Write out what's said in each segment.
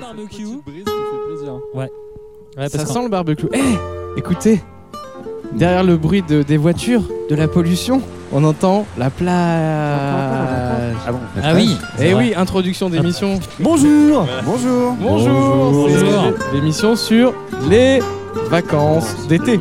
barbecue. brise qui fait plaisir. Ouais, Ça Ah, parce sent le barbecue. Eh Écoutez Derrière le bruit de- des voitures, de la pollution, on entend la plage. Ah bon qu'en- Ah oui c'est Eh vrai. oui, introduction d'émission. Bonjour Bonjour Bonjour, Bonjour. c'est l'émission sur les vacances d'été.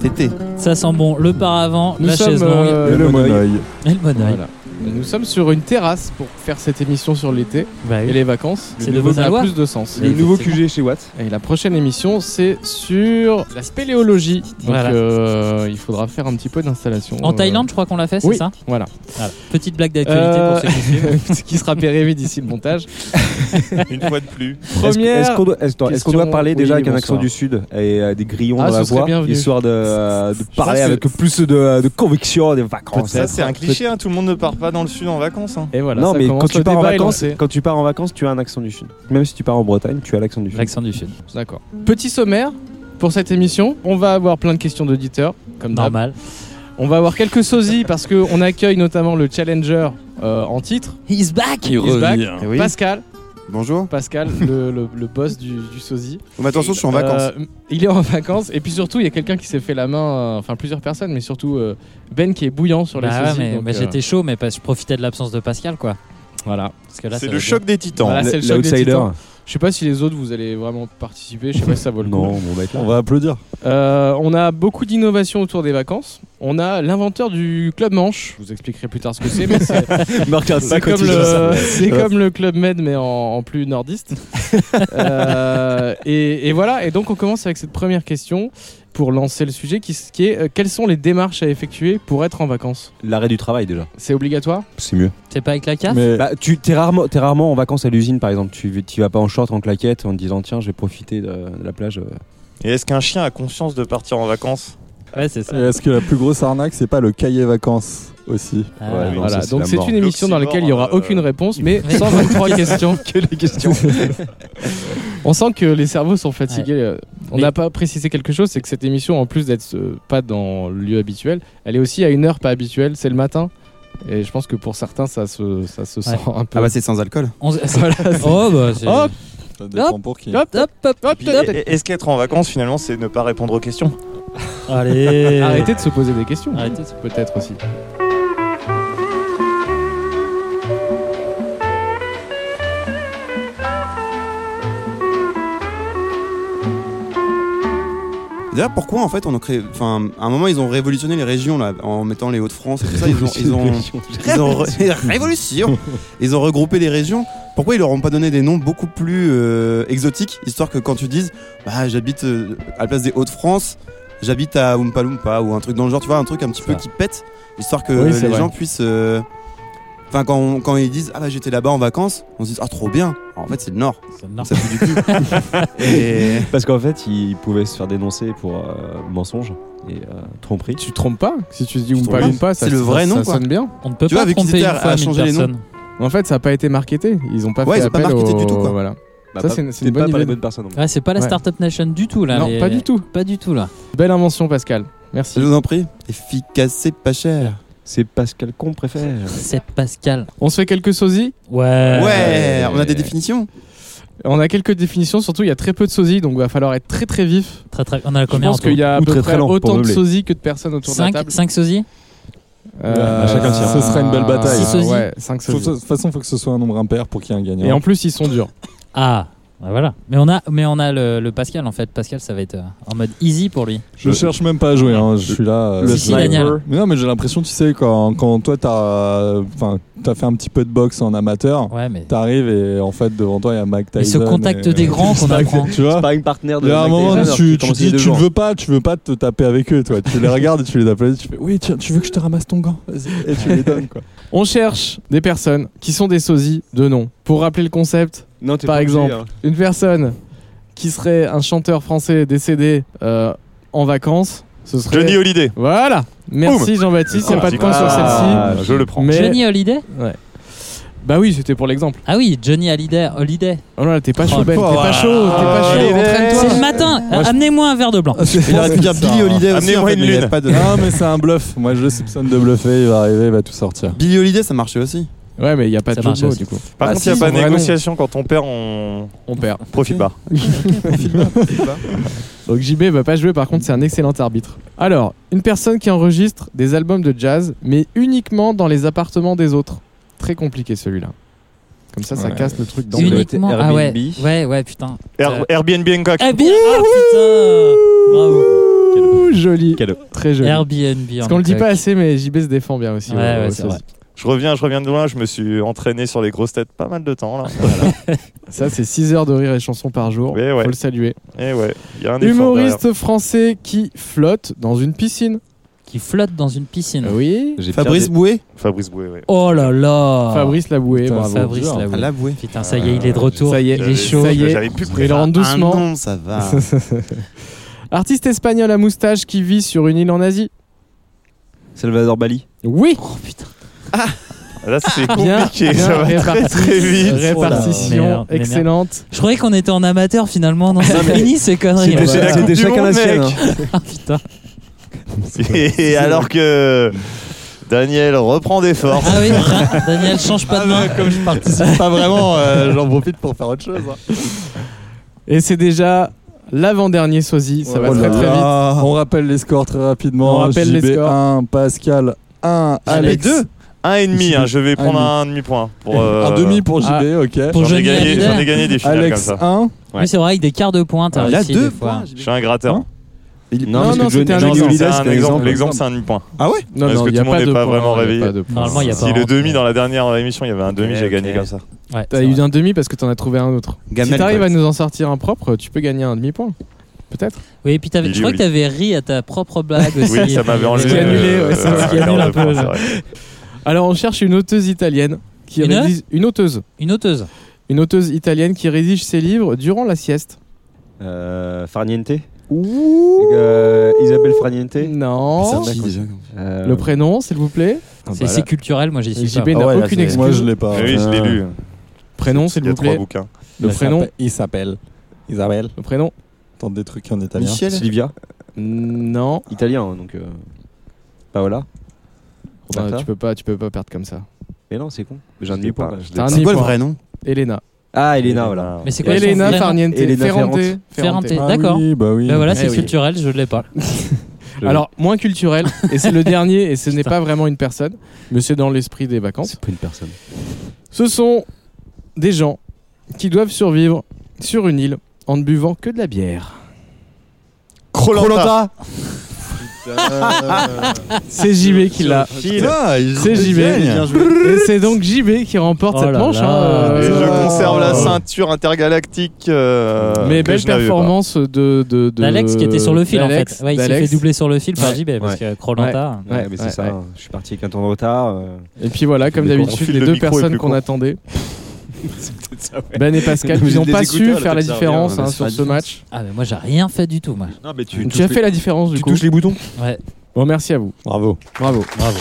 Tété Ça sent bon. Le paravent, Nous la sommes, chaise longue euh, Le monoeil. et le monoeil. Voilà. Nous sommes sur une terrasse pour faire cette émission sur l'été Bah oui. et les vacances. C'est Le de nouveau- vos ça a allois. plus de sens. Le nouveau QG chez Watt. Et la prochaine émission, c'est sur la spéléologie. Donc Voilà. euh, il faudra faire un petit peu d'installation. En euh, Thaïlande, je crois qu'on l'a fait, c'est oui, ça voilà. Voilà. Petite blague d'actualité Euh, pour ceux qui suivent. Ce qui sera pérévé d'ici le montage. Une fois de plus. Première Est-ce qu'on doit, est-ce- attends, est-ce qu'on doit question- parler déjà Oui, avec un bonsoir. accent du sud et euh, des grillons Ah, dans ce la serait voix, bienvenu. histoire de, euh, de parler que- avec plus de, de conviction des vacances Ça, c'est un cliché, hein, tout le monde ne part pas dans le sud en vacances. hein. Et voilà, non ça mais commence, quand tu le pars en débat est vacances, lancé. quand tu pars en vacances, tu as un accent du sud. Même si tu pars en Bretagne, tu as l'accent du sud. L'accent du sud. D'accord. Petit sommaire pour cette émission. On va avoir plein de questions d'auditeurs, comme d'hab. Normal. On va avoir quelques sosies parce qu'on accueille notamment le challenger euh, en titre, He's back Il He's back. revient. Eh oui. Pascal. Bonjour. Pascal, le, le- le boss du, du sosie. Oh, mais attention, je suis en vacances. Euh, il est en vacances. Et puis surtout, il y a quelqu'un qui s'est fait la main, euh, enfin plusieurs personnes, mais surtout euh, Ben qui est bouillant sur les Bah ouais, sosies. mais donc, mais euh, j'étais chaud, mais parce que je profitais de l'absence de Pascal, quoi. Voilà. Parce que là, C'est ça le va choc des titans. Voilà, Le- c'est le choc des L'outsider titans. Je sais pas si les autres vous allez vraiment participer. Je sais pas si ça vaut le coup. Non, bon bah, mec là. On va applaudir. Euh, on a beaucoup d'innovations autour des vacances. On a l'inventeur du Club Manche. Je vous expliquerai plus tard ce que c'est, mais c'est Marc un C'est sac comme, au-dessus de ça. le, c'est comme le Club Med, mais en, en plus nordiste. Euh, et, et voilà, et donc on commence avec cette première question pour lancer le sujet qui, s- qui est euh, quelles sont les démarches à effectuer pour être en vacances L'arrêt du travail déjà. C'est obligatoire C'est mieux. bien. T'es pas avec la Ah. CAF Mais Bah, tu t'es rarement, t'es rarement en vacances à l'usine par exemple. Tu, tu vas pas en short, en claquette, en te disant tiens, je vais profiter de, de la plage. euh. Et est-ce qu'un chien a conscience de partir en vacances Ouais, c'est ça. est-ce que la plus grosse arnaque, c'est pas le cahier vacances aussi Ah, Ouais, oui. non, Voilà, ça, donc la c'est mort. une émission dans laquelle il y aura L'oxymore, euh, aucune réponse, mais Oui. 123 questions. Quelle question On sent que les cerveaux sont fatigués. euh, On Mais- n'a pas précisé quelque chose, c'est que cette émission, en plus d'être euh, pas dans le lieu habituel, elle est aussi à une heure pas habituelle, c'est le matin. Et je pense que pour certains, ça se, ça se sent un peu. Ah bah c'est sans alcool. On- Oh, bah, c'est. Hop, Ça dépend pour qui. Hop, Hop, hop, hop, Puis, hop. e- Est-ce qu'être en vacances finalement c'est ne pas répondre aux questions Allez. Arrêtez de se poser des questions. Arrêtez de se- Peut-être aussi. D'ailleurs, pourquoi en fait on a créé. Enfin, à un moment, ils ont révolutionné les régions là, en mettant les Hauts-de-France et tout ça. Ils ont. Ils ont, ils ont re- révolution Ils ont regroupé les régions. Pourquoi ils leur ont pas donné des noms beaucoup plus euh, exotiques Histoire que quand tu dises, bah j'habite euh, à la place des Hauts-de-France, j'habite à Oompa Loompa ou un truc dans le genre, tu vois, un truc un petit peu Ça. qui pète. Histoire que Oui, euh, c'est les vrai. gens puissent. euh, Enfin, quand, on- quand ils disent, ah bah j'étais là-bas en vacances, on se dit, ah trop bien. Alors, en fait, c'est le Nord. C'est le Nord. Ça pue du cul. Et. Parce qu'en fait, ils pouvaient se faire dénoncer pour euh, mensonge et euh, tromperie. Tu te trompes pas Si tu dis te Oompa trompes pas. Loompa, ça- C'est le ça- vrai nom, ça quoi. sonne bien. On ne peut Tu pas vois, avec tromper une Twitter, fois a mille changé les noms. personnes. En fait, ça n'a pas été marketé. Ils ont pas Ouais, fait ils ont pas appel marketé au- du tout, quoi. Voilà. Bah, Ça, pas- c'est une- c'est t'es une bonne pas par les idée. bonnes personnes. en fait. Ouais, c'est pas la Ouais. Startup Nation du tout là. non, les- pas du tout. Pas du tout là. Belle invention, Pascal. Merci. Je vous en prie. Efficace et pas cher. C'est Pascal qu'on préfère. C'est Pascal. On se fait quelques sosies. Ouais. Euh, Ouais, on a des définitions. On a quelques définitions. Surtout, il y a très peu de sosies, donc il va falloir être très très vif. Très, très- On a Je combien pense qu'il y a à Ou peu très, près très lent pour autant de meubler. sosies que de personnes autour de la 5, table. Euh, 5 sosies À chacun tire. Ce serait une belle bataille. Six sosies. Ouais, 5 Faut- De sosies. toute façon, faut que ce soit un nombre impair pour qu'il y ait un gagnant. Et en plus, ils sont durs. Ah, bah voilà. Mais on a, mais on a le, le Pascal en fait. Pascal, ça va être euh, en mode easy pour lui. Je cherche même pas à jouer, hein, je suis là. euh, Le Si, si, sniper. Daniel. Mais non, mais j'ai l'impression, tu sais, quand, quand toi t'as enfin, t'as fait un petit peu de boxe en amateur, Ouais, mais. t'arrives et en fait devant toi il y a Mike Et Tyson. ce contact et- des grands qu'on apprend. Tu vois Sparring partner Il de y a un Mike moment, Tyson, tu, alors tu t'en dis, sais tu deux ne jours. veux pas, tu veux pas te taper avec eux, toi. Tu les regardes et tu les applaudis. Tu fais, oui, tiens, tu veux que je te ramasse ton gant Vas-y. Et tu les donnes, quoi. On cherche des personnes qui sont des sosies de noms. Pour rappeler le concept, Non, t'es Par pas obligé, exemple. hein. une personne qui serait un chanteur français décédé euh, en vacances, ce serait. Johnny Holiday. Voilà Merci Jean-Baptiste, il n'y a pas de point sur Ah, celle-ci. Je le prends. Mais... Johnny Holiday Bah oui, c'était pour l'exemple. Ah oui, Johnny Holiday. Holiday. Oh là, là, t'es pas Oh, chaud, Ben, t'es pauvre. pas chaud, t'es pas Ah, chaud, il est- entraîne-toi C'est le matin. Moi, je- Ah, Amenez-moi un verre de Ah, blanc. Il aurait pu dire hein. Billy hein. Holiday aussi. Amenez-moi en fait, une mais il y a lune. pas de- Non, mais c'est un bluff. Moi, je le soupçonne de bluffer. Il va arriver, il va tout sortir. Billy Holiday, ça marchait aussi. Ouais, mais il n'y a pas Ça de jeu marche de mots aussi. du coup. Par Ah, contre, si, il n'y a pas c'est vrai, de négociation. Quand on perd, on On perd. profite pas. Donc JB va pas jouer, par contre, c'est un excellent arbitre. Alors, une personne qui enregistre des albums de jazz, mais uniquement dans les appartements des autres. Très compliqué celui-là. Comme ça, ça Ouais. casse le truc dans Unique. le. Uniquement. Ah ouais. Airbnb. Ouais, ouais, putain. Air- Airbnb Hancock. Eh bien, oh, putain Bravo. Ouh, joli. Cadeau. Très joli. Airbnb. Parce en qu'on le dit Angleterre. pas assez, mais JB se défend bien aussi. Ouais, euh, ouais, au c'est saisi. vrai. Je reviens, je reviens de loin. Je me suis entraîné sur les grosses têtes pas mal de temps là. Ça, c'est 6 heures de rire et chansons par jour. Mais ouais. Faut le saluer. Et ouais, il y a un effort derrière. Humoriste français qui flotte dans une piscine. Qui flotte dans une piscine. Ah Oui. J'ai Fabrice perdu- Boué Fabrice Boué, ouais. Oh là là Fabrice Laboué, Putain, bravo. Fabrice Genre. Laboué. à la Boué. Putain, ça y est, il est de retour. Ça y il est, est J'avais- chaud. Ça y est. J'avais plus Il le prévu. rentre doucement. Ah non, ça va. Artiste espagnol à moustache qui vit sur une île en Asie. Salvador Bali. Oui. Oh putain. Là, c'est Bien, compliqué. bien ça va très réparti. très vite. Oh là, Répartition merde, mais excellente. Je croyais qu'on était en amateur finalement. Non, bah, c'est fini ces conneries. C'était- là. C'était la Coupe c'était du chacun la Monde, sienne. mec. hein. Ah putain. Et alors que Daniel reprend des forces. Ah oui, tiens, Daniel, change pas de main. Ah comme je participe pas vraiment, euh, j'en profite pour faire autre chose. hein. Et c'est déjà l'avant-dernier sosie. Ça va Oh très là très là. vite. On rappelle les scores très rapidement. On rappelle JB les scores. 1, Pascal 1, Ah, Alex les deux. Un et demi, hein, je vais prendre demi. un demi point. Pour, euh, Un demi pour JB, ok. Pour J'en ai, Johnny gagné- Hallyday. j'en ai gagné des finales Alex comme ça. 1. Mais c'est vrai, avec des quarts de pointe, t'as Ah, Il a réussi deux des fois. points. Je suis un gratteur. Hein Il- Non, parce que non, Johnny- c'était un Johnny Non, exemple. Hallyday, c'est c'est un exemple. exemple. L'exemple, c'est un demi-point. Ah ouais Non, Parce non, que il n'y a pas tout le monde de n'est pas points, vraiment il y a réveillé. pas de points. Normalement, il y a pas. Si le rentre. demi dans la dernière émission, il y avait un demi, Ok, j'ai gagné ok. comme ça. Ouais, T'as c'est eu vrai. un demi parce que t'en as trouvé un autre. Gamel, si t'arrives quoi. à nous en sortir un propre, tu peux gagner un demi-point. Peut-être. Oui, et puis t'avais- je crois que t'avais ri à ta propre blague aussi. Oui, ça m'avait enlevé. Ce qui annulait, euh, ouais, c'est ce qui euh, annule un le point, peu. c'est vrai. Alors on cherche une auteuse italienne qui Une rédige une auteuse, Une auteuse. une auteuse italienne qui rédige ses livres durant la sieste. Euh, Farniente. Euh, Isabelle Farniente. Non. C'est qui, déjà Euh, Le prénom, s'il vous plaît. ah, C'est bah, c'est là. culturel, moi j'y suis JB pas. n'a Ah ouais, là, aucune c'est- excuse. Moi je l'ai pas. Euh, Mais oui, je l'ai lu. Prénom, s'il Il y a vous trois plaît. bouquins. Le Il prénom. s'appelle- Il s'appelle Isabelle. Le prénom. Tente des trucs en italien. Michel Silvia. Non. Italien, hein, donc. euh, Paola. Roberta. Ah, tu peux pas, tu peux pas perdre comme ça. Mais non, c'est con. J'ai Je un l'ai demi-point. pas, quand même. je l'ai T'as un pas. C'est quoi le demi-point. vrai nom Elena. Ah, Elena, voilà. Mais c'est quoi son Elena vrai nom Farniente. Elena Ferrante. Ferrante. Ferrante. Ferrante. Ah D'accord. oui, bah oui. Bah voilà, c'est oui. culturel, je l'ai pas. Alors moins culturel et c'est le dernier et ce n'est pas vraiment une personne, mais c'est dans l'esprit des vacances. C'est pas une personne. Ce sont des gens qui doivent survivre sur une île en ne buvant que de la bière. Crolanta. Euh, Ah. C'est JB qui l'a. Putain, Ah, il- C'est JB. Bien joué. Et c'est donc JB qui remporte Oh cette là manche. là. hein, Et euh, je Oh. conserve la ceinture intergalactique. euh, Mais que belle je n'avais pas. performance de, de, de- Alex qui était sur le fil en d'Alex, fait. Ouais, il s'est fait d'Alex. doubler sur le fil par JB parce Ouais. que Crolanta. Ouais, Ouais, mais ouais, c'est ça. ouais. hein. Je suis parti avec un temps de retard. euh. Et puis voilà, comme On d'habitude, file les le deux micro et personnes plus qu'on court. attendait, Ben et Pascal, Mais ils j'ai n'ont des pas écouteurs, su là, faire la ça revient, différence ça hein, se sur fait ce la match. Ah mais moi j'ai rien fait du tout moi. Non, mais tu, Tu as fait la différence du tu coup. touches les boutons. Ouais, Bon, merci à vous. Bravo. Bravo. bravo.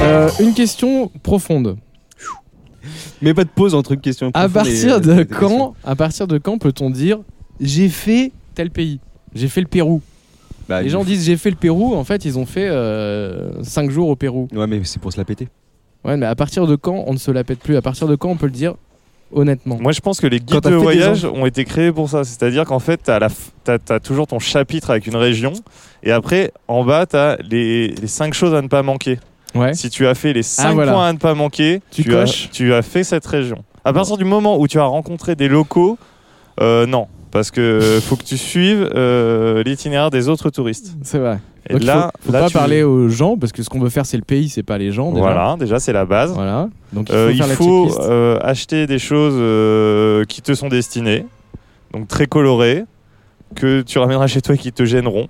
Euh, une question profonde. Mais pas de pause entre questions. À euh, partir de quand, à partir de quand peut-on dire j'ai fait tel pays J'ai fait le Pérou. Bah, Les gens disent j'ai fait le Pérou, en fait ils ont fait 5 jours au Pérou. Ouais, mais c'est pour se la péter. Ouais, mais à partir de quand on ne se la pète plus À partir de quand on peut le dire honnêtement Moi, je pense que les Quand guides t'as de fait des voyage ont été créés pour ça. C'est-à-dire qu'en fait, t'as la f- t'as as toujours ton chapitre avec une région, et après, en bas, t'as les, les cinq choses à ne pas manquer. Ouais. Ah, Si tu as fait les cinq voilà. points à ne pas manquer, Tu as, coches. tu as fait cette région. À partir du moment où tu as rencontré des locaux, euh, non. Parce que faut que tu suives euh, l'itinéraire des autres touristes. C'est vrai. Et Donc, là, faut, faut là, pas tu- parler aux gens parce que ce qu'on veut faire c'est le pays, c'est pas les gens. déjà. Voilà, déjà, c'est la base. Voilà. Donc il faut Euh, il faire la faut checklist. euh, acheter des choses euh, qui te sont destinées. donc très colorés, que tu ramèneras chez toi et qui te gêneront,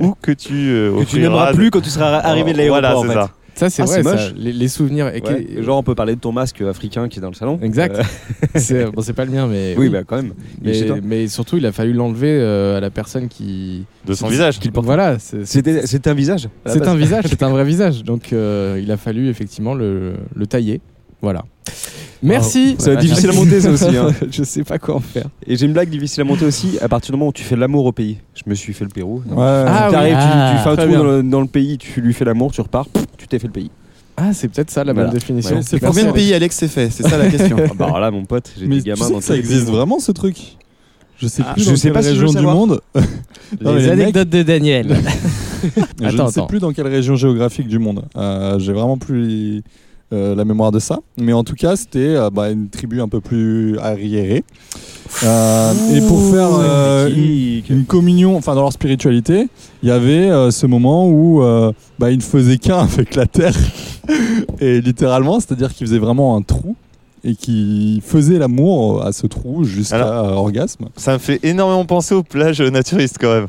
ou que tu euh, Que tu offriras n'aimeras de- plus quand tu seras arrivé de l'aéroport. Voilà, en c'est fait. ça. Ça, c'est Ah, vrai, c'est ça. moche. Les, les souvenirs. et Ouais. que- Genre, on peut parler de ton masque africain qui est dans le salon. Exact. Euh, c'est bon, c'est pas le mien, mais. oui, bah quand même. Il est chez toi. Mais, mais surtout, il a fallu l'enlever euh, à la personne qui. De son visage. qui le porte. Voilà, c'est c'est- C'était- C'était un visage. à la c'est base. un visage, c'est un vrai visage. Donc, euh, il a fallu effectivement le, le tailler. Voilà. Merci. Ça va être difficile à monter, ça aussi, hein. Je sais pas quoi en faire. Et j'ai une blague difficile à monter aussi. À partir du moment où tu fais de l'amour au pays, je me suis fait le Pérou. Ah, T'arrives, tu- Ah, tu, fais un très trou bien. dans le, dans le pays, tu lui fais l'amour, tu repars, pff, tu t'es fait le pays. Ah, c'est peut-être ça la Voilà. bonne définition. Ouais. C'est Combien de pays Alex s'est fait C'est ça la question. Ah bah alors là, mon pote, j'ai Mais des tu gamins sais dans que ça tous les pays. existe vraiment ce truc Je sais Ah, plus je dans sais pas quelle si je veux région du savoir. monde. Non, mais Les les anecdotes de Daniel. Je Attends, ne sais attends. plus dans quelle région géographique du monde. Euh, J'ai vraiment plus euh, la mémoire de ça. Mais en tout cas, c'était euh, bah, une tribu un peu plus arriérée. Euh, et pour faire euh, une, une communion, enfin dans leur spiritualité, il y avait euh, ce moment où euh, bah, ils ne faisaient qu'un avec la terre. et littéralement, c'est-à-dire qu'ils faisaient vraiment un trou et qu'ils faisaient l'amour à ce trou jusqu'à Alors- euh, orgasme. Ça me fait énormément penser aux plages euh, naturistes quand même.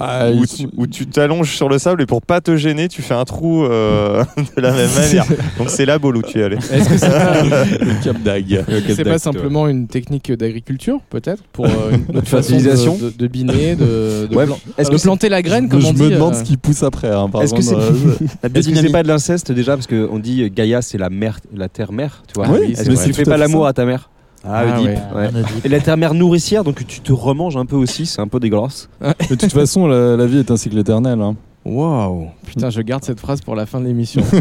Ah, où, ils tu, sont- où tu t'allonges sur le sable et pour pas te gêner, tu fais un trou euh, de la même manière. Donc c'est la boule où tu es allé. Est-ce que c'est pas, Le Cap d'Agde. c'est pas simplement une technique d'agriculture, peut-être, pour euh, une autre façon Fertilisation. de, de, de biner, de, de Ouais, plan- Est-ce de que Ah c'est planter la graine, comme Je on dit. me demande euh, ce qui pousse après. hein, par Est-ce que contre, c'est- euh, est-ce que c'est biodynamie. pas de l'inceste déjà Parce qu'on dit euh, Gaïa, c'est la mère, la terre-mère, tu vois. Ah oui, Est-ce mais que c'est tu fais tout à pas fait l'amour ça. à ta mère Ah, Oedipe, ouais. ouais. Un Oedipe. Et la terre-mère nourricière, donc tu te remanges un peu aussi, c'est un peu dégueulasse. De toute façon, la, la vie est un cycle éternel. hein. Waouh Putain, je garde cette phrase pour la fin de l'émission. Ouais.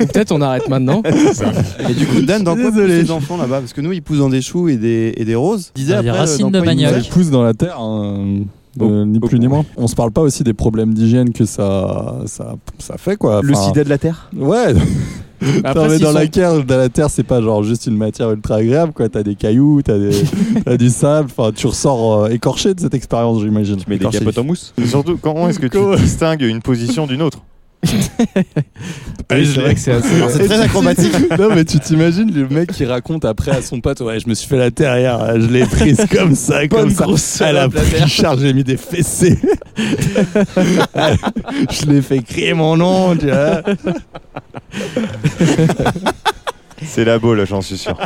Ou Peut-être on arrête maintenant. Et du coup, Dan, dans quoi poussent Désolé. les enfants là-bas Parce que nous, ils poussent dans des choux et des, et des roses. Disais Dans des après, euh, racines dans de quoi ils nous manioc. Elle pousse dans la terre, hein, euh, ni Oh. plus ni moins. On se parle pas aussi des problèmes d'hygiène que ça, ça, ça fait quoi. Le Enfin, sida de la terre Ouais, Après, non, mais s'ils dans, sont- la terre, dans la terre, c'est pas genre juste une matière ultra agréable quoi. T'as des cailloux, t'as des- t'as du sable, enfin tu ressors euh, écorché de cette expérience, j'imagine. Tu mets des Écorché. capotes en mousse Surtout, comment est-ce que Comment tu distingues une position d'une autre Ah, Oui, c'est vrai que c'est assez. Alors, C'est très acrobatique. non mais tu t'imagines le mec qui raconte après à son pote ouais je me suis fait la terre hier je l'ai prise comme ça comme ça elle a pris charge j'ai mis des fessées je l'ai fait crier mon nom tu vois C'est la boule, j'en suis sûr.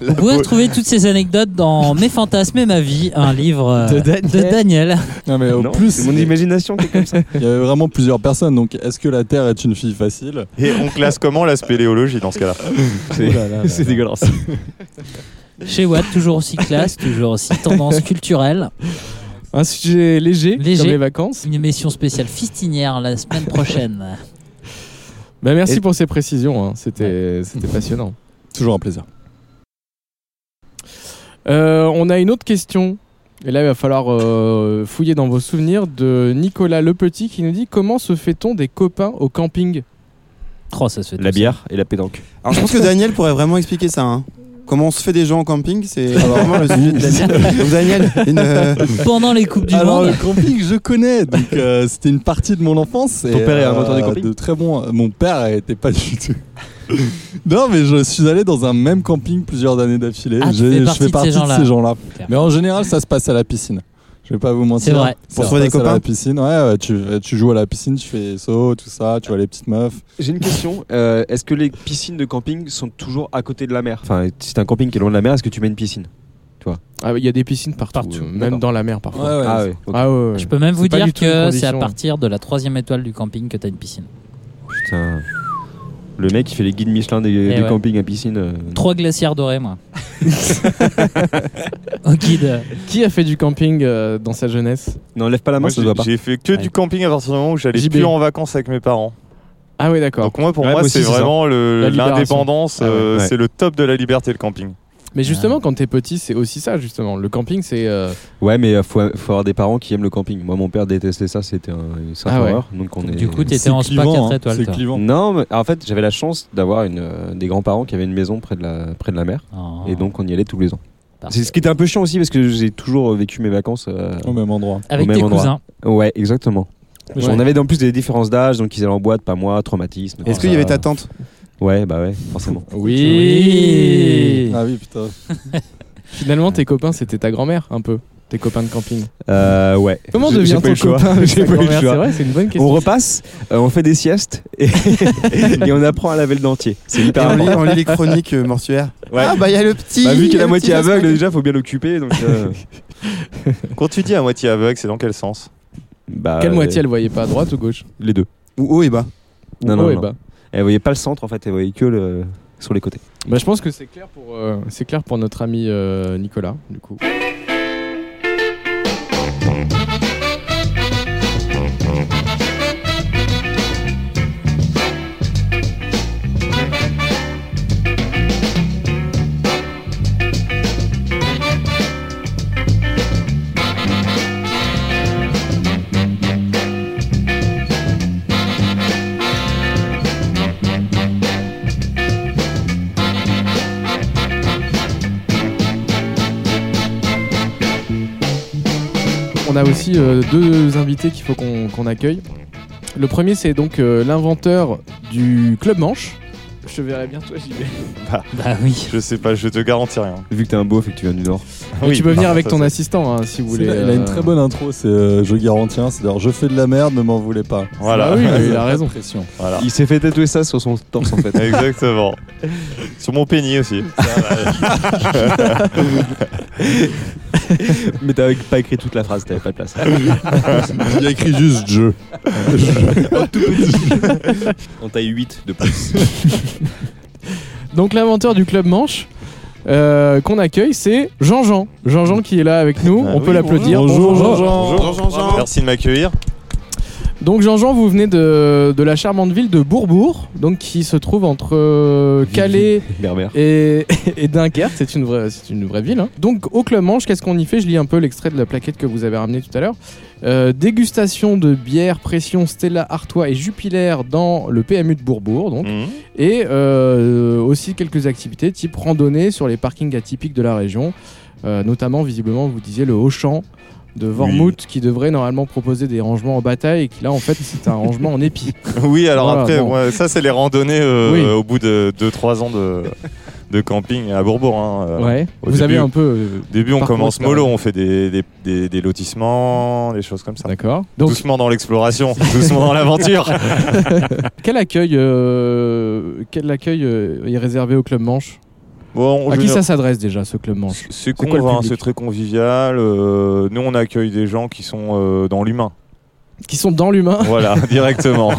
Vous pouvez retrouver toutes ces anecdotes dans Mes fantasmes et ma vie, un livre euh, De Daniel. de Daniel. non mais au Non, plus C'est mon imagination qui est comme ça. il y avait vraiment plusieurs personnes donc est-ce que la terre est une fille facile Oh Et on classe comment la spéléologie dans ce cas-là C'est- C'est dégueulasse. Chez Watt, toujours aussi classe, toujours aussi tendance culturelle. Un sujet léger, Léger. comme les vacances. Une émission spéciale fistinière la semaine prochaine. Bah, merci Et- pour ces précisions, hein. c'était c'était passionnant. toujours un plaisir Euh, on a une autre question. Et là, il va falloir euh, fouiller dans vos souvenirs de Nicolas Le Petit qui nous dit Comment se fait-on des copains au camping Oh, ça se fait tout La bière et la pétanque. Alors, je pense que Daniel pourrait vraiment expliquer ça. hein. Comment on se fait des gens en camping, c'est vraiment le sujet de Daniel. Donc, Daniel, une, euh, seul. Pendant les Coupes du alors Monde, le camping je connais donc euh, c'était une partie de mon enfance et, Ton père est un euh, moteur de camping de très bon mon père était pas du tout non mais je suis allé dans un même camping plusieurs années d'affilée Ah, tu J'ai- fais je partie fais de partie ces gens-là. de ces gens-là Clair. mais en général ça se passe à la piscine je vais pas vous mentir C'est vrai. Ça Pour se trouver des passe à copains la piscine ouais, ouais, tu, tu joues à la piscine tu fais saut tout ça tu vois les petites meufs J'ai une question. euh, est-ce que les piscines de camping sont toujours à côté de la mer Enfin, si t'as un camping qui est loin de la mer, est-ce que tu mets une piscine Ah, Il y a des piscines partout, Partout, euh, même d'accord. dans la mer parfois. Ah ouais. ok. Ah ouais, ouais. je peux même C'est vous pas du dire tout une que c'est condition. Mm. à partir de la troisième étoile du camping que t'as une piscine. oh Putain. Le mec, il fait les guides Michelin des, Eh des ouais. campings à piscine. euh, Trois glacières dorées, moi. Au guide. Qui a fait du camping euh, dans sa jeunesse Non, lève pas Ah la main, Moi, ça se j'ai voit pas. j'ai fait que Ouais. du camping à partir du moment où j'allais JB. plus en vacances avec mes parents. Ah oui, d'accord. Donc moi, pour Ouais, moi, moi aussi, c'est c'est ça. vraiment le- La libération. l'indépendance, Ah ouais, euh, ouais. c'est le top de la liberté, le camping. Mais justement, quand t'es petit, c'est aussi ça, justement. Le camping, c'est. euh, Ouais, mais euh, faut, faut avoir des parents qui aiment le camping. Moi, mon père détestait ça, c'était un une sainte Ah ouais. horreur. Donc on est. Du coup, t'étais C'est en spa clivant, 4 hein, étoiles, c'est toi. clivant Non, mais en fait, j'avais la chance d'avoir une euh, des grands-parents qui avaient une maison près de la près de la mer, Oh, et donc on y allait tous les ans. parfait. C'est ce qui était un peu chiant aussi parce que j'ai toujours euh, vécu mes vacances. euh, au même endroit Avec au tes même endroit. cousins. Ouais, exactement. Ouais. On avait en plus des différences d'âge, donc ils allaient en boîte, pas moi, traumatisme. Ah. Est-ce tout qu'il y ça. avait ta tante Ouais, bah ouais, forcément. Oui Ah. ah oui putain Finalement, tes copains, c'était ta grand-mère, un peu. Tes copains de camping. Euh, ouais. Comment J'ai- j'ai devient pas eu ton le choix. copain avec J'ai ta pas eu le grand-mère C'est choix. vrai, c'est une bonne question. On repasse, euh, on fait des siestes et, et on apprend à laver le dentier. C'est Et hyper on, lit, important. on lit les chroniques euh, mortuaires. Ouais. Ah bah il y a le petit. Bah, vu qu'il est le à petit moitié Jasper. aveugle, déjà, faut bien l'occuper. donc, euh, Quand tu dis à moitié aveugle, c'est dans quel sens bah, Quelle euh, moitié elle voyait pas, droite ou gauche Les deux. Ou haut et bas. Ou Non, non, haut et non. bas Elle voyait pas le centre, en fait, elle voyait que le... sur les côtés. Bah, je pense que c'est clair pour euh, c'est clair pour notre ami euh, Nicolas du coup. On a aussi euh, deux invités qu'il faut qu'on qu'on accueille. Le premier c'est donc euh, l'inventeur du club Manche. Je te verrai bientôt, j'y vais. Bah oui. Je sais pas, je te garantis rien. Vu que t'es un beauf et que tu viens du Nord. Mais tu peux par venir contre, avec ça, ton c'est- assistant hein, si vous voulez. Il a une euh, très bonne intro, c'est euh, Je garantis, un, c'est-à-dire je fais de la merde, ne m'en voulez pas. Voilà. Ah oui, mais il a raison. Pression. voilà. Ah. Il s'est fait tatouer ça sur son torse, en fait. Exactement. Sur mon pénis aussi. Mais t'avais pas écrit toute la phrase, t'avais pas de place. Il a écrit juste je. On taille 8 de plus. Donc l'inventeur du club Manche euh, qu'on accueille c'est Jean-Jean. Jean-Jean qui est là avec nous, Ah on oui, peut l'applaudir. bonjour. Bonjour, Jean. Bonjour. Bonjour, Jean-Jean. Merci de m'accueillir. Donc Jean-Jean, vous venez de, de la charmante ville de Bourbourg, donc qui se trouve entre euh, Calais Berbère. et, et Dunkerque. C'est une vraie, c'est une vraie ville. hein. Donc au Club Manche, qu'est-ce qu'on y fait Je lis un peu l'extrait de la plaquette que vous avez ramené tout à l'heure. Euh, dégustation de bière, pression, Stella Artois et Jupiler dans le PMU de Bourbourg. Donc Mhm. et euh, aussi quelques activités type randonnée sur les parkings atypiques de la région, Euh, notamment visiblement vous disiez le Auchan de Vormouth qui devrait normalement proposer des rangements en bataille et qui là en fait c'est un rangement en épi. Oui, alors Voilà, après, bon. moi, ça, c'est les randonnées euh, Oui. au bout de 2-3 ans de, de camping à Bourbourg. hein. Euh, ouais. au Vous avez début- un peu euh, Au début, on Par commence contre, mollo, on fait des, des, des- des lotissements, des choses comme ça. d'accord. Donc doucement dans l'exploration, doucement dans l'aventure. quel accueil euh, quel accueil euh, est réservé au club Manche Bon, À je qui veux ça dire, s'adresse déjà ce club Manche c'est quoi le con, hein, public c'est très convivial. euh, nous, on accueille des gens qui sont euh, dans l'humain. Qui sont dans l'humain. Voilà, directement.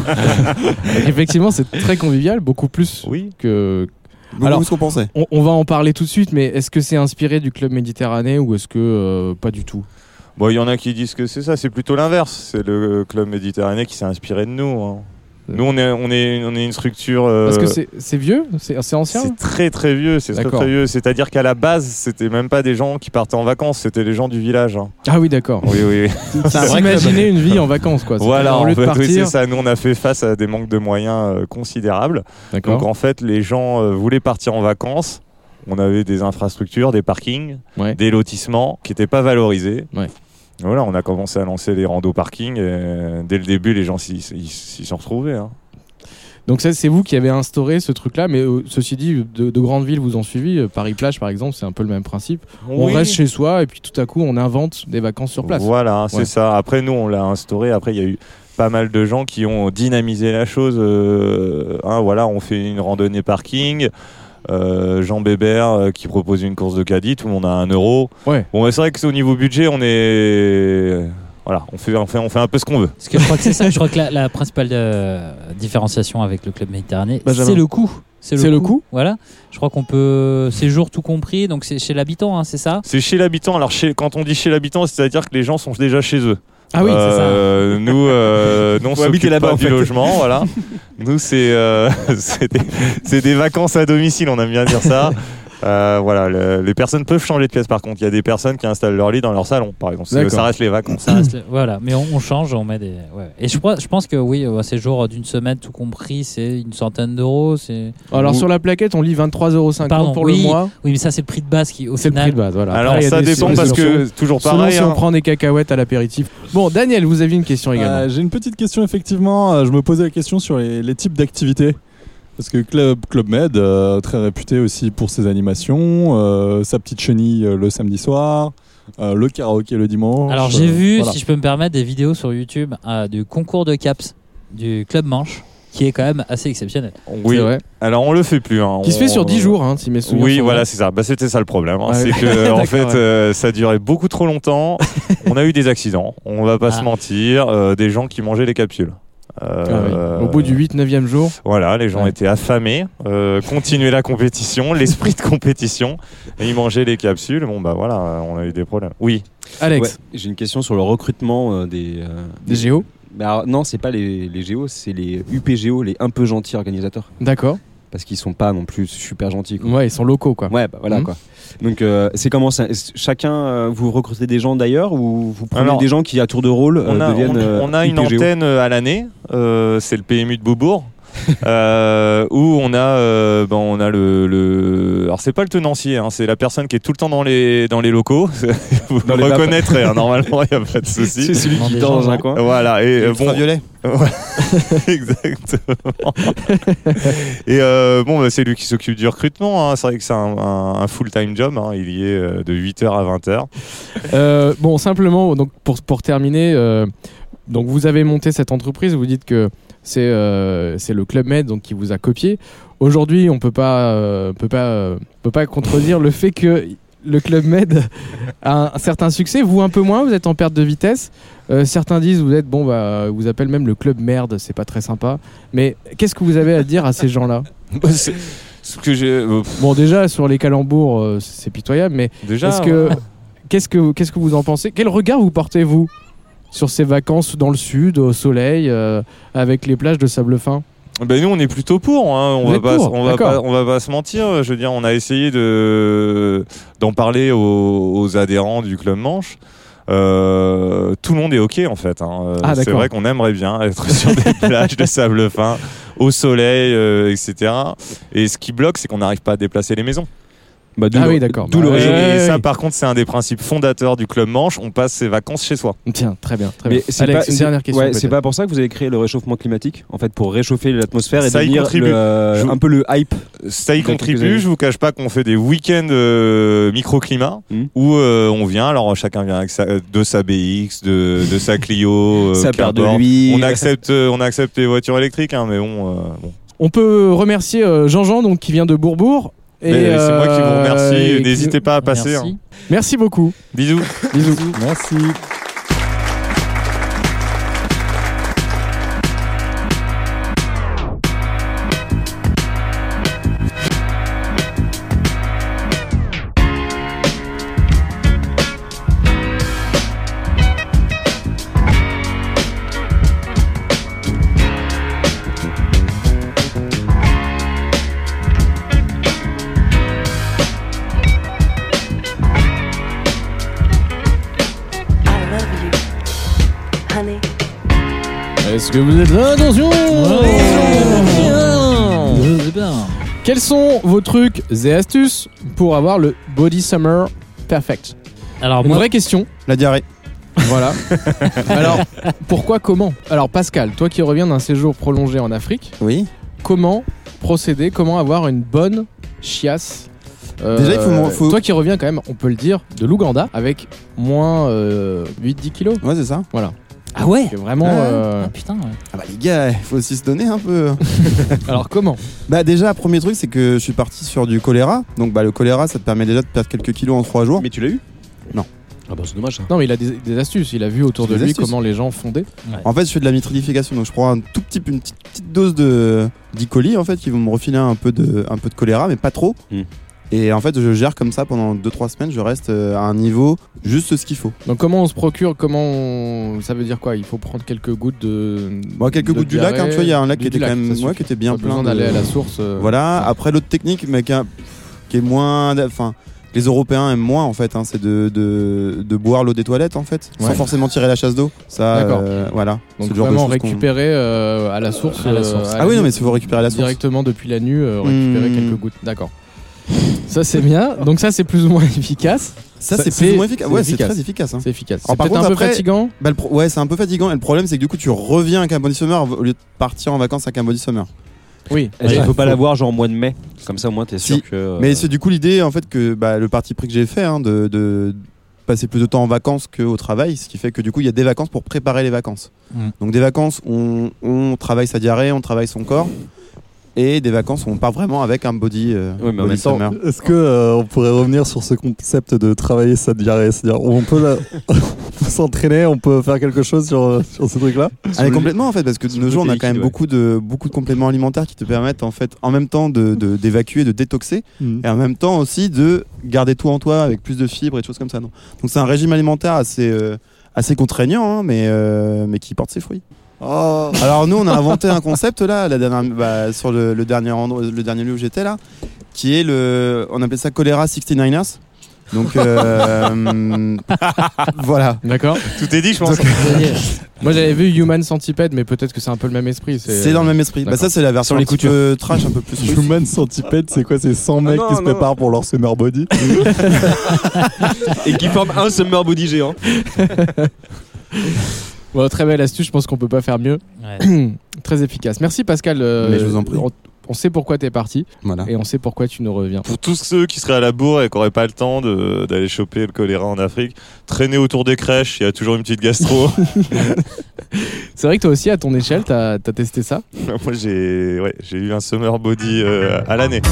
Effectivement, c'est très convivial, beaucoup plus Oui. que Beaucoup Alors- plus qu'on pensait. On, on va en parler tout de suite, mais est-ce que c'est inspiré du club méditerranéen ou est-ce que euh, pas du tout Bon, il y en a qui disent que c'est ça, c'est plutôt l'inverse. C'est le club méditerranéen qui s'est inspiré de nous. hein. Euh. Nous, on est, on est, on est une structure. euh, Parce que c'est- c'est vieux C'est c'est ancien C'est très très vieux, c'est très D'accord. très vieux. C'est-à-dire qu'à la base, c'était même pas des gens qui partaient en vacances, c'était les gens du village. hein. Ah oui, d'accord. Oui, oui, oui. Imaginez une vie en vacances, quoi. voilà, au en Bah, lieu de fait, oui, c'est partir. ça. Nous, on a fait face à des manques de moyens euh, considérables. Donc, D'accord. en fait, les gens euh, voulaient partir en vacances. On avait des infrastructures, des parkings, Ouais. des lotissements qui n'étaient pas valorisés. Ouais. Voilà, on a commencé à lancer les randos parking. Et euh, dès le début, les gens s'y s'y- s'y sont retrouvés. hein. Donc, ça, c'est vous qui avez instauré ce truc-là, mais euh, ceci dit, de, de grandes villes vous ont suivi. euh, Paris-Plage, par exemple, c'est un peu le même principe. On Oui. reste chez soi et puis tout à coup, on invente des vacances sur place. Voilà, c'est Ouais. ça. Après, nous, on l'a instauré. Après, il y a eu pas mal de gens qui ont dynamisé la chose. Euh, hein, voilà, on fait une randonnée parking. Euh, Jean Bébert euh, qui propose une course de caddie, tout le monde a un euro. Ouais. Bon, mais c'est vrai que c'est au niveau budget, on est. Voilà, on fait, on fait, on fait un peu ce qu'on veut. Parce que je crois que c'est ça. Je crois que la, la principale euh, différenciation avec le club méditerranéen, Benjamin. c'est le coût. C'est le coût Voilà. Je crois qu'on peut séjour tout compris. Donc c'est chez l'habitant, hein, c'est ça. C'est chez l'habitant. Alors, chez, quand on dit chez l'habitant, c'est-à-dire que les gens sont déjà chez eux. Ah oui, c'est ça. Euh, Nous, euh, nous, on Faut habiter s'occupe là-bas, pas en du fait. logement, voilà. Nous, c'est euh, c'est des, c'est des vacances à domicile, on aime bien dire ça. Euh, voilà, le- les personnes peuvent changer de pièce par contre. Il y a des personnes qui installent leur lit dans leur salon, par exemple. C'est- D'accord. Ça reste les vacances. Hmm. Ça reste le- Ah, voilà. Mais on, on change, on met des. ouais. Et je, crois- je pense que oui, euh, un séjour d'une semaine tout compris, c'est une centaine d'euros. C'est. Alors, Ou- sur la plaquette, on lit 23,50€ Pardon, pour oui, le mois. Oui, mais ça c'est le prix de base qui, au C'est le final, prix de base, voilà. Alors, Après, il y a ça des dépend parce que, toujours Selon pareil, si on hein, prend des cacahuètes à l'apéritif. Bon, Daniel, vous aviez une question également. Euh, J'ai une petite question, effectivement. Euh, Je me posais la question sur les, les types d'activités. Parce que Club, Club Med, euh, très réputé aussi pour ses animations, euh, sa petite chenille euh, le samedi soir, euh, le karaoké le dimanche. Alors j'ai euh, vu, voilà. si je peux me permettre, des vidéos sur YouTube euh, du concours de caps du Club Manche, qui est quand même assez exceptionnel. Oui. C'est vrai. Alors on le fait plus. hein. Qui se fait On- sur 10 jours, hein, si mes souvenirs Oui, sont voilà, bons. c'est ça. Bah, c'était ça le problème. hein. Ouais. C'est que, en fait, D'accord, ouais. euh, ça durait beaucoup trop longtemps. on a eu des accidents. On va pas Ah. se mentir. euh, des gens qui mangeaient les capsules. Euh, Ah oui. Au bout du 8-9e jour, Voilà, les gens Ouais. étaient affamés. Euh, continuer la compétition, l'esprit de compétition. Et ils mangeaient les capsules. Bon, bah voilà, euh, on a eu des problèmes. Oui. Alex, Ouais, J'ai une question sur le recrutement euh, des. euh, des géos, Mais Bah, alors, non, c'est pas les, les GO, c'est les UPGO, les un peu gentils organisateurs. d'accord. Parce qu'ils sont pas non plus super gentils. quoi. Ouais, ils sont locaux, quoi. Ouais, bah voilà Mhm. quoi. Donc euh, c'est comment ça c'est- Chacun, euh, vous recrutez des gens d'ailleurs ou vous prenez Alors, des gens qui à tour de rôle euh, on a, deviennent. on- euh, on a une IPGO. antenne euh, à l'année, euh, c'est le PMU de Beaubourg. euh, où on a, euh, ben, on a le, le- alors c'est pas le tenancier, hein, c'est la personne qui est tout le temps dans les dans les locaux. Vous Dans le les vapes. reconnaîtrez, hein, normalement il y a pas de souci. C'est hein. celui Dans qui des gens, dort dans un non coin. Voilà et euh, bon, Ultraviolet. voilà, exactement. et euh, bon, bah, c'est lui qui s'occupe du recrutement. hein. C'est vrai que c'est un, un- un full-time job. hein. Il y est euh, de 8h à 20h. Euh, bon, simplement, donc pour, pour terminer, euh, donc vous avez monté cette entreprise, vous dites que c'est euh, c'est le Club Med donc, qui vous a copié. Aujourd'hui, on peut pas, euh, peut pas, euh, peut pas contredire le fait que le Club Med a un certain succès, vous un peu moins, vous êtes en perte de vitesse. Euh, certains disent vous êtes bon bah vous appelle même le club merde c'est pas très sympa mais qu'est-ce que vous avez à dire à ces gens-là C'est- Ce que j'ai. bon déjà sur les calembours euh, c'est pitoyable mais Déjà. est-ce que qu'est-ce que qu'est-ce que vous en pensez Quel regard vous portez vous sur ces vacances dans le sud, au soleil, euh, avec les plages de sable fin Ben nous on est plutôt pour, hein. on, Vous va êtes pas, pour, on va d'accord. pas, on va pas se mentir. Je veux dire, on a essayé de d'en parler aux, aux adhérents du club Manche. Euh, tout le monde est ok en fait. hein. Euh, Ah, c'est d'accord. vrai qu'on aimerait bien être sur des plages de sable fin, au soleil, euh, etc. Et ce qui bloque, c'est qu'on n'arrive pas à déplacer les maisons. Bah, d'où Ah le- oui, d'accord. D'où Bah, le Et, ouais, réseau. ouais, ça, ouais. par contre, c'est un des principes fondateurs du club Manche. On passe ses vacances chez soi. Tiens, très bien, très Mais bien. c'est Alex, pas- une c'est- dernière question. ouais, c'est peut-être. pas pour ça que vous avez créé le réchauffement climatique, en fait, pour réchauffer l'atmosphère et Ça y devenir contribue. le, euh, Je- un peu le hype. Ça y Il y a quelques années. contribue, je vous cache pas qu'on fait des week-ends euh, microclimat Mm. où euh, on vient, alors chacun vient avec sa- euh, de sa BX, de, de sa Clio, euh, ça perd de qu'importe. lui. On accepte, euh, on accepte les voitures électriques, hein, mais bon. euh, bon. On peut remercier euh, Jean-Jean donc qui vient de Bourbourg. Et Mais, euh, c'est moi qui vous euh, et remercie. qui- N'hésitez pas à passer. Merci. hein. Merci beaucoup. Bisous. Bisous. Merci. I love you, honey. Est-ce que vous êtes là Attention Euh, bien. Quels sont vos trucs et astuces pour avoir le body summer perfect Alors Une moi, vraie question. La diarrhée. Voilà. Alors, pourquoi, comment Alors, Pascal, toi qui reviens d'un séjour prolongé en Afrique, Oui. comment procéder Comment avoir une bonne chiasse Euh, Déjà, il faut m'en- faut- Toi qui reviens quand même, on peut le dire, de l'Ouganda avec moins euh, 8-10 kilos. Ouais, c'est ça. ah ouais. C'est vraiment. Ouais. euh, Ah, putain. ouais. Ah bah les gars, il faut aussi se donner un peu. Alors, comment bah déjà, premier truc, c'est que je suis parti sur du choléra. Donc bah le choléra, ça te permet déjà de perdre quelques kilos en trois jours. Mais tu l'as eu Non. Ah bah c'est dommage ça. Non, mais il a des, des astuces. Il a vu autour Des de lui astuces. comment les gens fondaient. En fait, je fais de la nitrification, donc je prends un tout petit, une petite, petite dose de d'E. coli en fait qui vont me refiler un peu de, un peu de choléra, mais pas trop. Hmm. Mm. Et en fait, je gère comme ça pendant 2-3 semaines. Je reste euh, à un niveau juste ce qu'il faut. Donc, comment on se procure Comment on- ça veut dire quoi Il faut prendre quelques gouttes de. Moi, quelques de gouttes du lac, hein, diarrhée, tu vois, il y a un lac du- qui du était quand même, ça ouais, suffit. qui était bien Pas plein. besoin de- d'aller à la source. euh, Voilà. Après, l'autre technique, mais qui, a- qui est moins, enfin, que les Européens aiment moins en fait, hein, c'est de, de, de boire l'eau des toilettes en fait, sans Ouais. forcément tirer la chasse d'eau. Ça, D'accord. euh, voilà. C'est Donc le genre de vraiment choses qu'on- récupérer euh, à la source. À la euh, source. à Ah oui, non, nuit, mais il faut récupérer la source. directement depuis la nuit, euh, récupérer Hmm. quelques gouttes. D'accord. Ça c'est bien. Donc ça c'est plus ou moins efficace. Ça, Ça, c'est c'est- plus ou moins efficace. c'est Ouais, c'est efficace. très efficace. hein. C'est efficace. Alors, C'est par peut-être un contre, peu après- fatigant. Bah, le pro- Ouais, c'est un peu fatigant. Et le problème, c'est que du coup, tu reviens avec un body summer au lieu de partir en vacances avec un body summer. Oui. Est-ce qu'il Ouais. faut pas l'avoir genre au mois de mai Comme ça au moins t'es sûr Si. que. euh, Mais c'est du coup l'idée en fait que bah, le parti pris que j'ai fait hein, de, de passer plus de temps en vacances qu'au travail, ce qui fait que du coup il y a des vacances pour préparer les vacances. Mm. Donc des vacances où on, on travaille sa diarrhée, on travaille son corps, et des vacances où on part vraiment avec un body, euh, Ouais, mais en body même temps, summer. Est-ce que euh, on pourrait revenir sur ce concept de travailler sa diarrhée C'est-à-dire, on peut, la- on peut s'entraîner, on peut faire quelque chose sur, euh, sur ce truc-là Ah, mais Sous- complètement en fait parce que de sous nos jours on a quand protéique, même ouais. beaucoup de beaucoup de compléments alimentaires qui te permettent en fait en même temps de de- d'évacuer, de détoxer et en même temps aussi de garder tout en toi avec plus de fibres et de choses comme ça. non. Donc c'est un régime alimentaire assez euh, assez contraignant hein, mais euh, mais qui porte ses fruits. Alors nous on a inventé un concept là la dernière bah, sur le, le dernier endroit le dernier lieu où j'étais là qui est le on appelait ça choléra 69ers. Donc euh, voilà. D'accord. Tout est dit, je pense. Moi j'avais vu Human Centipede, mais peut-être que c'est un peu le même esprit. C'est dans le même esprit. Bah D'accord. ça c'est la version Sur les un petit coutures. peu trash un peu plus. russe. Human Centipede, c'est quoi C'est 100 mecs non, qui se non. préparent pour leur summer body Et qui forme un summer body géant. Bon, euh, très belle astuce, je pense qu'on peut pas faire mieux. Ouais. très efficace. Merci Pascal. euh, Mais je vous en prie. Ah. On, on sait pourquoi t'es parti Voilà. et on sait pourquoi tu nous reviens. Pour tous ceux qui seraient à la bourre et qui n'auraient pas le temps de- d'aller choper le choléra en Afrique, traînez autour des crèches, il y a toujours une petite gastro. C'est vrai que toi aussi, à ton échelle, t'as as testé ça. Moi, j'ai ouais, j'ai eu un summer body euh, à l'année.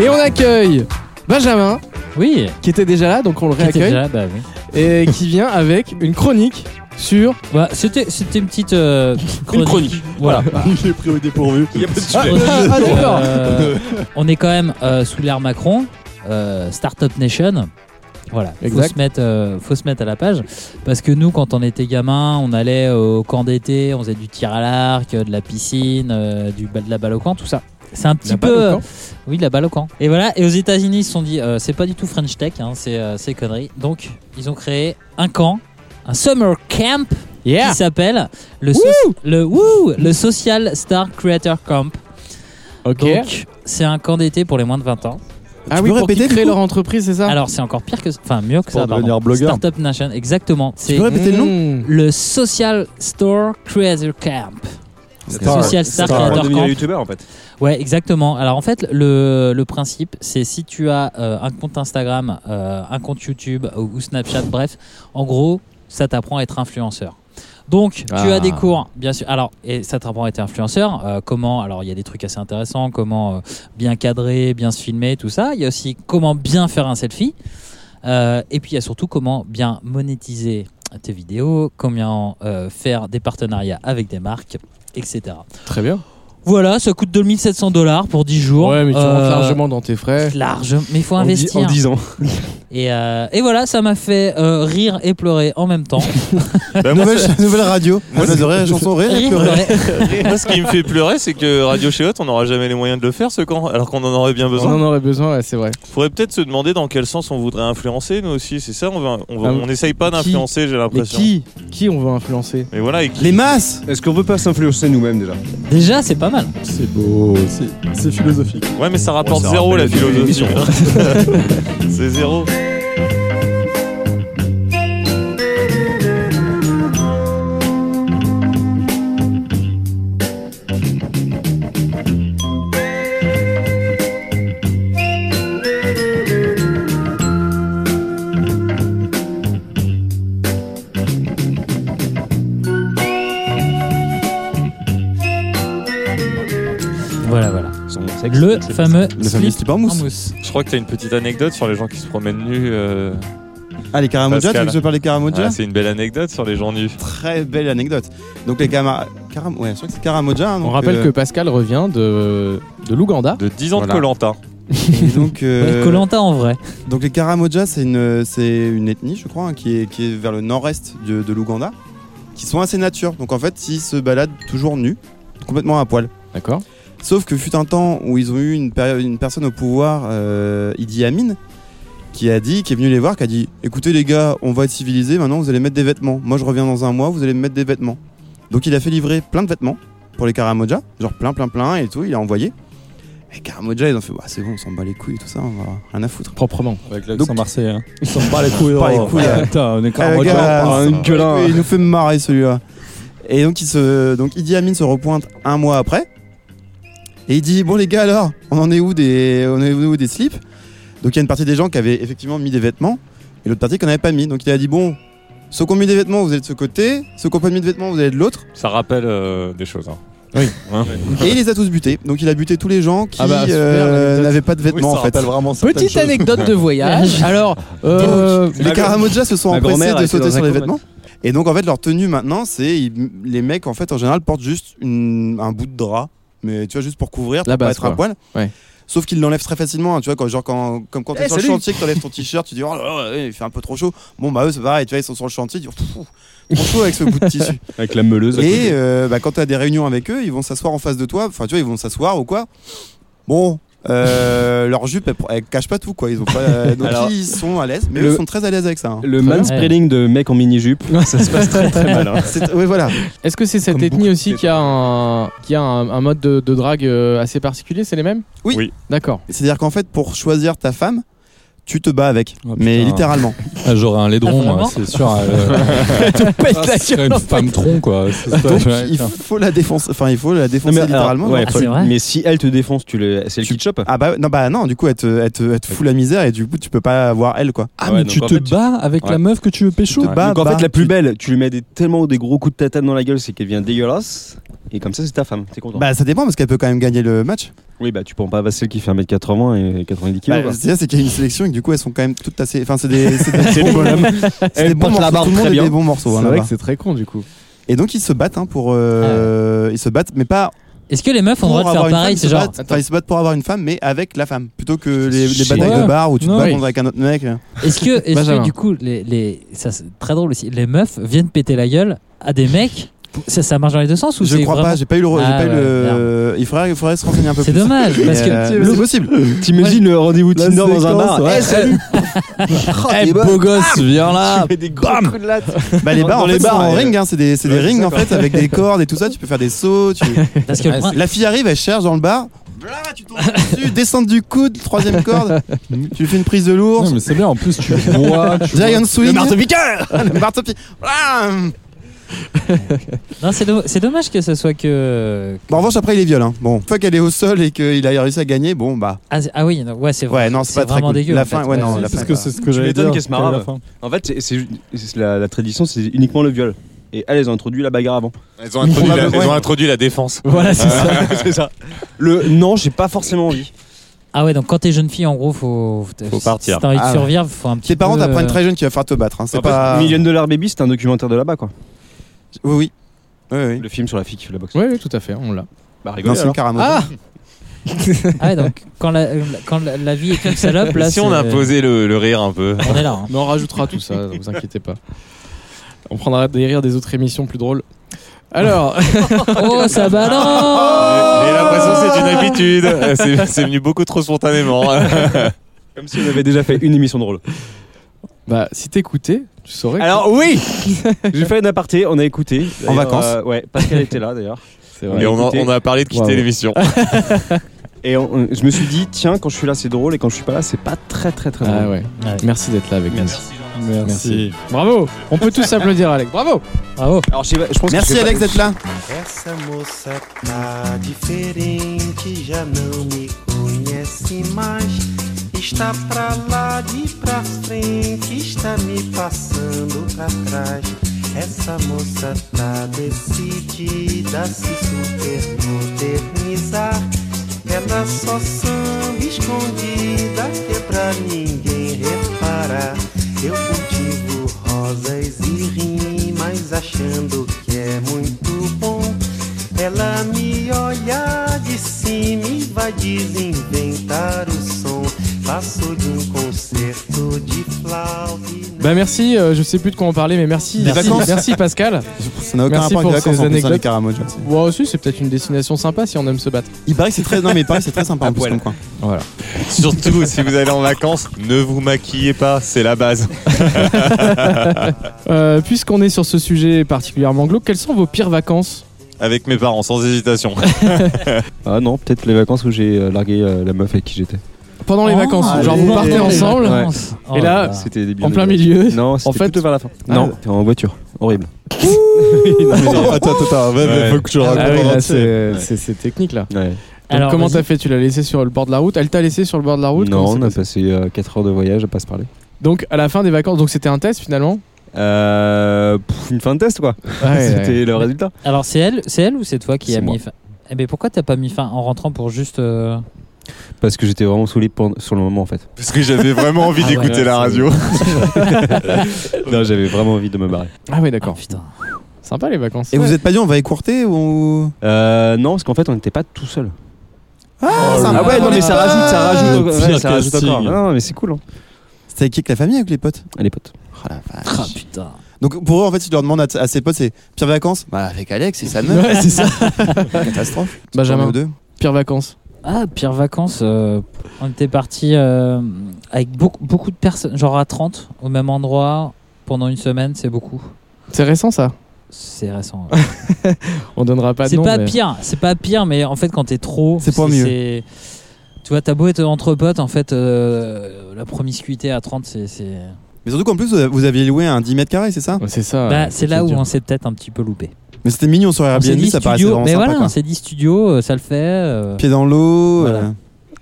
Et on accueille Benjamin, Oui, qui était déjà là, donc on le qui était réaccueille, déjà là, bah oui. et qui vient avec une chronique sur Bah, c'était, c'était une petite euh, chronique. chronique. Voilà. Ah, J'ai pris au dépourvu. Il y a pas de sujet. Chronique. ah, ah, d'accord. Euh, on est quand même euh, sous l'ère Macron, euh, Startup Nation. Voilà, faut Exact. se, mettre, euh, faut se mettre à la page. Parce que nous, quand on était gamin, on allait au camp d'été, on faisait du tir à l'arc, euh, de la piscine, euh, du, bal- de la balle au camp, tout ça. C'est un petit la peu. balle au euh, camp. Oui, la balle au camp. Et voilà, et aux États-Unis, ils se sont dit, euh, c'est pas du tout French Tech, hein, c'est euh, c'est connerie. Donc, ils ont créé un camp, un summer camp Yeah. qui s'appelle le, so- le, wouh, le Social Star Creator Camp. Ok. Donc, c'est un camp d'été pour les moins de 20 ans. ah tu oui, peux pour qu'ils répéter, du créent coup leur entreprise, c'est ça Alors, c'est encore pire que ça. Enfin, mieux que Pour ça, pardon. devenir blogueur. Startup Nation, exactement. Tu C'est peux répéter le nom Mmh. le Social Store Creator Camp. Star- Social Star, Star- Creator devenir Camp. youtubeur en fait. Ouais, exactement. Alors, en fait, le, le principe, c'est si tu as euh, un compte Instagram, euh, un compte YouTube ou, ou Snapchat, bref, en gros, ça t'apprend à être influenceur. Donc, tu Ah. as des cours, bien sûr. Alors, et ça t'apprend à être influenceur. euh, comment Alors, il y a des trucs assez intéressants. Comment euh, bien cadrer, bien se filmer, tout ça. Il y a aussi comment bien faire un selfie. Euh, et puis, il y a surtout comment bien monétiser tes vidéos, comment euh, faire des partenariats avec des marques, etc. Très bien. Voilà, ça coûte 2700 dollars pour 10 jours. Ouais, mais tu Euh, rentres largement dans tes frais. large, mais il faut En dix- investir. En 10 ans. et, euh, et voilà, ça m'a fait euh, rire et pleurer en même temps. Bah, moi, Nouvelle, nouvelle radio. Moi, de rire, chanson rire, et rire, pleurer. pleurer. moi, ce qui me fait pleurer, c'est que Radio Chez Hot, on n'aura jamais les moyens de le faire, ce camp, alors qu'on en aurait bien On besoin. en aurait besoin, ouais, c'est vrai. faudrait peut-être se demander dans quel sens on voudrait influencer, nous aussi, c'est ça On va- on va- Ah, on n'essaye pas qui d'influencer, j'ai Mais l'impression. qui, qui on veut influencer Mais voilà, et qui- Les masses Est-ce qu'on veut pas s'influencer nous-mêmes déjà Déjà, c'est pas mal. C'est beau, c'est- c'est philosophique. ouais, mais ça rapporte Oh, ça zéro la rappelle les philosophie. émissions. c'est zéro. Voilà, voilà. Le Le fameux Le fameux slip slip en en mousse. mousse. Je crois que t'as une petite anecdote sur les gens qui se promènent nus. euh, Ah, les Karamoja, tu veux Pascal. que je parle des Karamoja ah, c'est une belle anecdote sur les gens nus. Très belle anecdote. Donc, les Kama... Karam... Ouais, je crois que c'est Karamoja. hein, On donc, rappelle euh, que Pascal revient de, de l'Ouganda. De 10 ans Voilà. de Colanta. et donc, euh, Colanta en vrai. donc, les Karamoja, c'est une, c'est une ethnie, je crois, hein, qui, est, qui est vers le nord-est de, de l'Ouganda. qui sont assez nature. Donc en fait, ils se baladent toujours nus, complètement à poil. D'accord. Sauf que fut un temps où ils ont eu une, péri- une personne au pouvoir, euh, Idi Amin, qui a dit, qui est venu les voir, qui a dit "Écoutez les gars, on va être civilisés. Maintenant, vous allez mettre des vêtements. Moi, je reviens dans un mois. Vous allez me mettre des vêtements." Donc il a fait livrer plein de vêtements pour les Karamoja, genre plein, plein, plein et tout. Il a envoyé. Et Karamoja, ils ont fait bah, "C'est bon, on s'en bat les couilles et tout ça. On va rien à foutre." Proprement. Avec l'accent Donc- marseillais. hein. Ils s'en bat les couilles. Pas les oh. couilles, Ah, Putain, on est Ah, carrément le gars, Ah, ça- une gueule. hein. Il nous fait marrer celui-là. Et donc, il se, donc Idi Amin se repointe un mois après. Et il dit Bon, les gars, alors, on en est où des, on en est où des slips Donc, il y a une partie des gens qui avaient effectivement mis des vêtements et l'autre partie qui n'en avait pas mis. Donc, il a dit Bon, ceux qui ont mis des vêtements, vous allez de ce côté ceux qui n'ont pas mis de vêtements, vous allez de l'autre. Ça rappelle euh, des choses. hein. Oui. Hein Et il les a tous butés. Donc, il a buté tous les gens qui Ah bah, super, euh, l'anecdote. n'avaient pas de Oui, vêtements ça en fait. rappelle vraiment certaines Petite choses. anecdote de voyage. Alors, euh, Les Karamoja se sont ma empressés grand-mère, de elle était sauter dans sur un les coma. vêtements. Et donc en fait leur tenue maintenant c'est ils- les mecs en fait en général portent juste une- un bout de drap mais tu vois juste pour couvrir pour La pas base, être à poil. Ouais. Sauf qu'ils l'enlèvent très facilement, hein, tu vois quand genre quand comme quand t'es Eh, sur le salut chantier que t'enlèves ton t-shirt, tu dis oh là là, ouais, il fait un peu trop chaud. Bon bah eux c'est pareil, tu vois ils sont sur le chantier, ils disent Pfff, trop chaud avec ce bout de tissu. Avec la meuleuse. à Et côté. euh, bah, quand tu as des réunions avec eux, ils vont s'asseoir en face de toi. Enfin, tu vois, ils vont s'asseoir ou quoi. Bon, euh, leur jupe, elle, elle cache pas tout, quoi. Ils ont pas, euh, donc Alors, ils sont à l'aise, mais le- eux sont très à l'aise avec ça. hein. Le bien. manspreading de mec en mini-jupe, ça se passe très très mal. hein. C'est- Oui, voilà. est-ce que c'est cette Comme ethnie beaucoup aussi qui a un, qui a un, un mode de, de drague euh, assez particulier C'est les mêmes Oui. Oui. D'accord. C'est-à-dire qu'en fait, pour choisir ta femme, tu te bats avec, Oh, mais putain. littéralement. Ah, J'aurais un Ah, laidron, moi, vraiment c'est sûr. euh, Pète la ça serait gueule. une femme tronc, quoi. C'est ça, Donc, tu vois, il putain. faut la défoncer. Enfin, il faut la Non, défoncer mais alors, littéralement. ouais, Ah, faut- c'est vrai mais si elle te défonce, tu le, c'est le kit shop. Ah bah non bah non du coup elle te, elle te- elle te fout la misère et du coup tu peux pas avoir elle quoi. Ah, Ouais, mais donc tu en te fait, tu- bats avec Ouais. la meuf que tu veux pécho te bats, Donc en bah, fait, la plus tu- belle, tu lui mets des, tellement des gros coups de tatane dans la gueule, c'est qu'elle devient dégueulasse. Et comme ça, c'est ta femme. T'es content. Bah ça dépend parce qu'elle peut quand même gagner le match. oui, bah tu prends pas celle qui fait 1m80 et 90 kg. Bah, c'est ça, c'est qu'il y a une sélection et que du coup elles sont quand même toutes assez. Enfin c'est des, c'est des bons bonhommes. C'est des Elle bons porte la morceaux. barre Tout le monde très est bien. des bons morceaux. hein, C'est vrai là-bas. que c'est très con du coup. Et donc ils se battent hein, pour. Ah euh, Ils se battent, mais pas Est-ce que les meufs ont pour le droit de faire avoir une femme. pareil Ils C'est se, genre. battent, enfin, ils se battent pour avoir une femme, mais avec la femme, plutôt que les, les Chier. batailles Ouais. de bar où tu te Non, bats oui. contre avec un autre mec. Est-ce que, est-ce Benjamin. que du coup, les, les- ça c'est très drôle aussi, les meufs viennent péter la gueule à des mecs Ça, ça marche dans les deux sens ou Je c'est crois vraiment- pas. J'ai pas eu le. re- j'ai Ah, pas eu ouais, le... Il faudrait, il faudrait se renseigner un peu C'est plus. dommage, Mais, parce que euh, le- c'est possible. T'imagines le rendez-vous La Tinder dans un séquence, bar ouais. Eh, salut Eh, beau gosse, viens là Tu mets des gros coups de latte. Bah, les bars, Dans en les fait, c'est bars, en ouais. ring. hein, C'est des, c'est des Ouais, c'est rings ça, en fait avec des cordes et tout ça. Tu peux faire des sauts. tu- Parce que le prin- La fille arrive, elle cherche dans le bar. Blah, tu tombes dessus, descendre du coude, troisième corde. tu lui fais une prise de Non, l'ours. mais c'est bien, en plus, tu bois, tu Giant swing. piqueur Le marteau-pied. Blam non, c'est, do- c'est dommage que ce soit que. Bon, en revanche, après, il est viol. hein. Bon, une fois qu'elle est au sol et qu'il a réussi à gagner, bon, bah. Ah, c'est- ah oui, non, ouais, c'est vrai. Ouais, non, c'est C'est pas très vraiment cool. dégueu, en La fait. fin, ouais, Ouais, non, c'est- la Parce fin, que bah. c'est ce que Tu j'allais m'étonnes dire. qu'elle se quelle est marre. la fin En fait, c'est- c'est c'est la, la tradition, c'est uniquement le viol. Et elles, elles ont introduit la bagarre avant. Ils ont introduit, la, Probable- ils ont ouais. introduit la défense. Voilà, c'est ça. c'est ça. Le non, j'ai pas forcément envie. Ah ouais, donc quand t'es jeune fille, en gros, faut. Faut partir. Si t'as envie de Ah ouais. survivre, faut un petit Tes parents peu, t'apprennent euh, très jeune qu'il va falloir te battre. Hein. C'est En fait, pas. Million Dollar Baby, c'est un documentaire de là-bas, quoi. Oui, oui. Oui, oui. Le film sur la fille qui fait la boxe. Oui, oui, tout à fait. On l'a. Bah, rigole. Non, c'est une Karamoja. Ah ouais, donc quand la, la- quand la, la vie est une salope, là. si on c'est- euh, imposait le, le rire un peu. On est là. hein. Mais on rajoutera tout ça, ne vous inquiétez pas. On prendra des rires des autres émissions plus drôles. Alors, Oh, ça Mais J'ai l'impression balance que c'est une habitude. Euh, C'est c'est venu beaucoup trop spontanément. hein. Comme si on avait déjà fait une émission drôle. bah, si t'écoutais, tu saurais. que- Alors oui J'ai fait un aparté, on a écouté. D'ailleurs, vacances. euh, Ouais, Pascal était là d'ailleurs. c'est Et on a, Écoutez. on a parlé de quitter Bravo. l'émission. Et on- on- je me suis dit, tiens, quand je suis là c'est drôle et quand je suis pas là c'est pas très très très drôle. Ah ouais. Ouais. Merci d'être là avec nous. Merci. Bravo. On peut tous applaudir Alex. Bravo. Bravo. Alors je, sais pas, je pense que Merci, je vais Alex, pas- d'être là. Essa moça tá diferente, já não me conhece mais. Está pra lá de pra frente, está me passando pra trás. Essa moça tá decidida a se supermodernizar. Ela só samba escondida, que é pra ninguém reparar. Eu cultivo rosas e rimas, achando que é muito bom. Ela me olha de cima e vai desinventar o som. Faço de um concerto de flauta. e não Bah merci, euh, je sais plus de quoi on parlait, mais merci. Des Merci, vacances. merci Pascal. Ça n'a aucun Merci rapport pour avec les ces vacances en plus, hein, les anecdotes. Caramoja. Moi aussi, c'est peut-être une destination sympa si on aime se battre. Il paraît que c'est très, non, mais il paraît que c'est très sympa en plus poil. comme coin. Surtout si vous allez en vacances, ne vous maquillez pas, c'est la base. Euh, Puisqu'on est sur ce sujet particulièrement glauque, quelles sont vos pires vacances Avec mes parents, sans hésitation. Ah non, peut-être les vacances où j'ai euh, largué euh, la meuf avec qui j'étais. Pendant les Oh, vacances, allez. genre vous partez ensemble Ouais. Oh Et là, C'était débile. Ah. en plein milieu. Non, c'était En fait- plutôt vers la fin. Ah, non, en voiture. Horrible. attends, attends, attends, ouais, mais Ouais. faut que tu Ah racontes oui, en là, entier. c'est c'est- c'est technique là. Ouais. Donc, Alors, comment vas-y. t'as fait Tu l'as laissé sur le bord de la route Elle t'a laissé sur le bord de la route non, Comment c'est on a passé passé 4 heures de voyage à pas se parler. Donc à la fin des vacances, donc c'était un test finalement. Euh, pff, une fin de test quoi. c'était le résultat. Alors c'est elle, c'est elle ou c'est toi qui C'est a moi. mis fin Eh ben pourquoi t'as pas mis fin en rentrant pour juste euh, Parce que j'étais vraiment saoulé pendant- sur le moment en fait. Parce que j'avais vraiment envie Ah ouais, d'écouter la c'est- radio. non, j'avais vraiment envie de me barrer. Ah oui, ah, d'accord. putain. Sympa les vacances. Et vous êtes pas dit on va écourter ou Euh, non, parce qu'en fait, on n'était pas tout seul. Ah, Ah ouais, non, mais ça rajoute, ça rajoute. Le ouais, pire ça rajoute casting. encore. Non, non, mais c'est cool. Hein. C'était avec qui avec la famille, avec les potes Ah, Les potes. Ah, putain. Donc pour eux, en fait, ils leur demandent à, à ses potes c'est pire vacances Bah avec Alex et sa meuf. Ouais, c'est ça. Catastrophe. Benjamin. Journée ou deux. Pires vacances. Ah, pire vacances. euh, on était parti euh, avec beaucoup, beaucoup de personnes, genre à 30, au même endroit, pendant une semaine, c'est beaucoup. C'est récent ça. C'est récent. ouais. On donnera pas de c'est nom. pas Bah mais- pire, c'est pas pire, mais en fait, quand t'es trop. C'est pas mieux. c'est- Tu vois, t'as beau être entre potes, en fait, euh, la promiscuité à 30, c'est. c'est- Mais surtout qu'en plus, vous aviez loué un 10 mètres carrés, c'est ça Ouais, C'est ça. Bah, euh, c'est là où dur. on s'est peut-être un petit peu loupé. Mais c'était mignon sur On s'est Airbnb, dit ça paraissait studio, vraiment mais sympa. voilà, quoi. on s'est dit studio, euh, ça le fait. euh, Pied dans l'eau. Voilà. euh,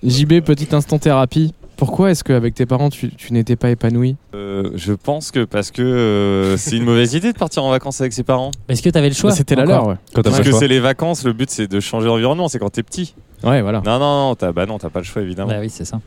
JB, petit instant thérapie. Pourquoi est-ce qu'avec tes parents tu, tu n'étais pas épanoui Euh, je pense que parce que euh, c'est une mauvaise idée de partir en vacances avec ses parents. mais Est-ce que t'avais le choix Bah, C'était la encore leur, ouais. Parce que c'est les vacances, le but c'est de changer d'environnement, c'est quand t'es petit. Ouais, voilà. Non, non, non, t'as bah non, t'as pas le choix évidemment. Bah oui, c'est ça.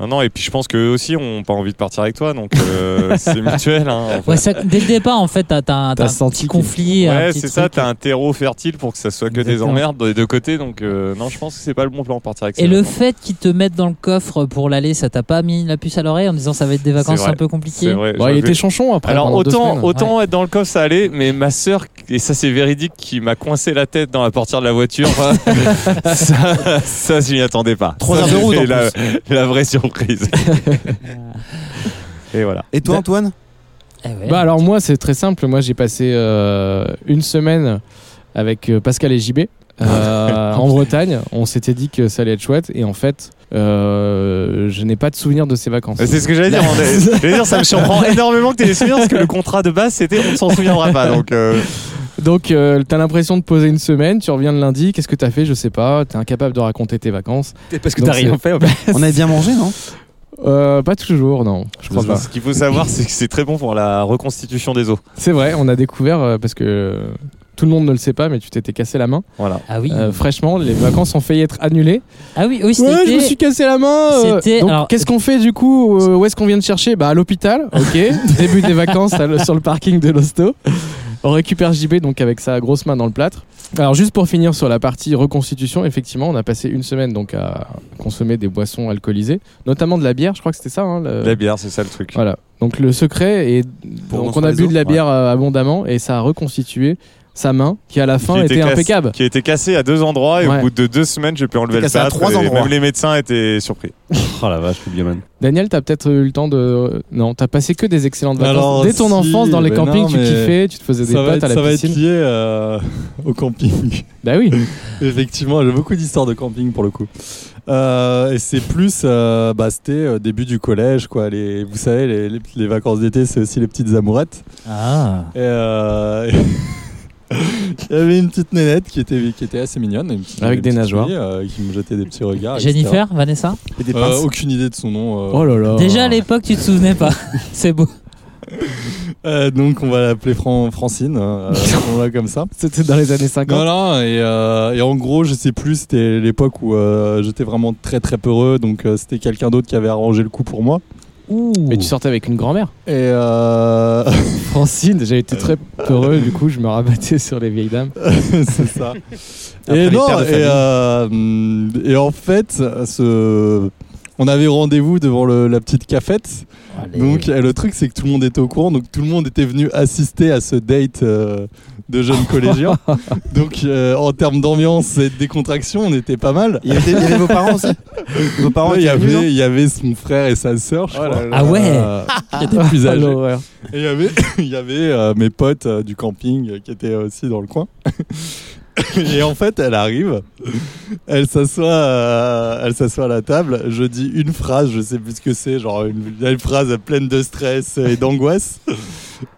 Non, non, et puis je pense qu'eux aussi ont pas envie de partir avec toi, donc euh, c'est mutuel. Hein, en fait. Ouais, ça, dès le départ, en fait, t'as t'as un, t'as T'as un senti petit que- conflit. un Ouais, petit c'est ça, truc. t'as un terreau fertile pour que ça soit que des Exactement. emmerdes des deux côtés, donc euh, non, je pense que c'est pas le bon plan de partir avec ses Et le vacances. fait qu'ils te mettent dans le coffre pour l'aller, ça t'a pas mis la puce à l'oreille en disant ça va être des vacances vrai. un peu C'est compliquées vrai. Bon, j'aurais il pu- était chanchon après. Alors pendant deux autant, semaines. autant être dans le coffre ça allait, mais ma sœur et ça c'est véridique qui m'a coincé la tête dans la portière de la voiture, euh, ça, ça je m'y attendais pas. Trois Ça, heures de j'ai route, fait en la, la vraie surprise. et voilà. Et toi, Bah, Antoine Eh ouais. Bah alors moi c'est très simple, moi j'ai passé euh, une semaine avec euh, Pascal et JB euh, en Bretagne, on s'était dit que ça allait être chouette et en fait euh, je n'ai pas de souvenir de ces vacances. Ah, C'est ce que j'allais dire. on est- j'allais dire, ça me surprend énormément que tu aies des souvenirs parce que le contrat de base c'était on ne s'en souviendra pas. Donc euh, Donc euh, t'as l'impression de poser une semaine, tu reviens le lundi, qu'est-ce que t'as fait Je sais pas, t'es incapable de raconter tes vacances. Parce que t'as rien fait. On avait bien mangé, non Euh, pas toujours, non, je crois pas. ce qu'il faut savoir c'est que c'est très bon pour la reconstitution des os. C'est vrai, on a découvert euh, parce que euh, tout le monde ne le sait pas mais tu t'étais cassé la main. Voilà. ah oui. Euh, fraîchement, les vacances ont failli être annulées. ah oui, oui, c'était. Ouais, je me suis cassé la main. euh, C'était- donc, alors- qu'est-ce qu'on fait du coup euh, Où est-ce qu'on vient de chercher Bah, à l'hôpital, ok. Début des vacances à le- sur le parking de l'hosto. On récupère JB donc avec sa grosse main dans le plâtre. Alors juste pour finir sur la partie reconstitution, effectivement, on a passé une semaine donc à consommer des boissons alcoolisées, notamment de la bière. Je crois que c'était ça. hein, le- La bière c'est ça le truc. Voilà. Donc le secret est Pour donc on construire a les bu os, de la ouais. bière euh, abondamment et ça a reconstitué sa main qui à la fin Qui était, cassé- impeccable. Qui a été cassé à deux endroits et Ouais. au bout de deux semaines, j'ai pu enlever le cassé à plâtre trois et endroits. Même les médecins étaient surpris. Oh la vache, le bioman. Daniel, t'as peut-être eu le temps de. Non, t'as passé que des excellentes vacances. Alors, Dès ton si, enfance, dans les mais campings, non, tu mais kiffais, tu te faisais des Ça va potes être, à ça va la être piscine. lié euh, au camping. Bah oui. Effectivement, j'ai beaucoup d'histoires de camping pour le coup. Euh, et c'est plus, euh, bah, c'était euh, début du collège, quoi. Les, vous savez, les, les- les vacances d'été, c'est aussi les petites amourettes. Ah. Et, euh, il y avait une petite nénette qui était, qui était assez mignonne. une petite- Avec une des petite nageoires. fille, euh, qui me jetait des petits regards. Ah, etc. Jennifer, Vanessa Et des Euh, oh, pinces. Aucune idée de son nom. euh. Oh là là. Déjà à l'époque, tu te souvenais pas. c'est beau. Euh, donc on va l'appeler Fran- Francine, euh, on l'a comme ça. C'était dans les années 50. Non, non, et, euh, et en gros, je sais plus, c'était l'époque où euh, j'étais vraiment très très peureux, donc euh, c'était quelqu'un d'autre qui avait arrangé le coup pour moi. Ouh. Mais tu sortais avec une grand-mère. Et euh, Francine, j'avais été très heureux, du coup, je me rabattais sur les vieilles dames. c'est ça. Après les et non, pères de et, famille. euh, et en fait, ce, on avait rendez-vous devant le- la petite cafette. Allez. Donc euh, le truc c'est que tout le monde était au courant, donc tout le monde était venu assister à ce date euh, de jeunes collégiens. donc euh, en termes d'ambiance et de décontraction, on était pas mal. Il y avait, il y avait vos parents aussi Vos parents Ouais, Il y, étaient Ah, venus, hein. non avait, il y avait son frère et sa sœur, je Oh là crois. là. Ah ouais Euh, qui étaient plus Ah, âgés. l'horreur. Et il y avait, il y avait euh, mes potes euh, du camping euh, qui étaient aussi dans le coin. Et en fait, elle arrive, elle s'assoit, euh, elle s'assoit à la table. Je dis une phrase, je sais plus ce que c'est, genre une, une phrase pleine de stress et d'angoisse.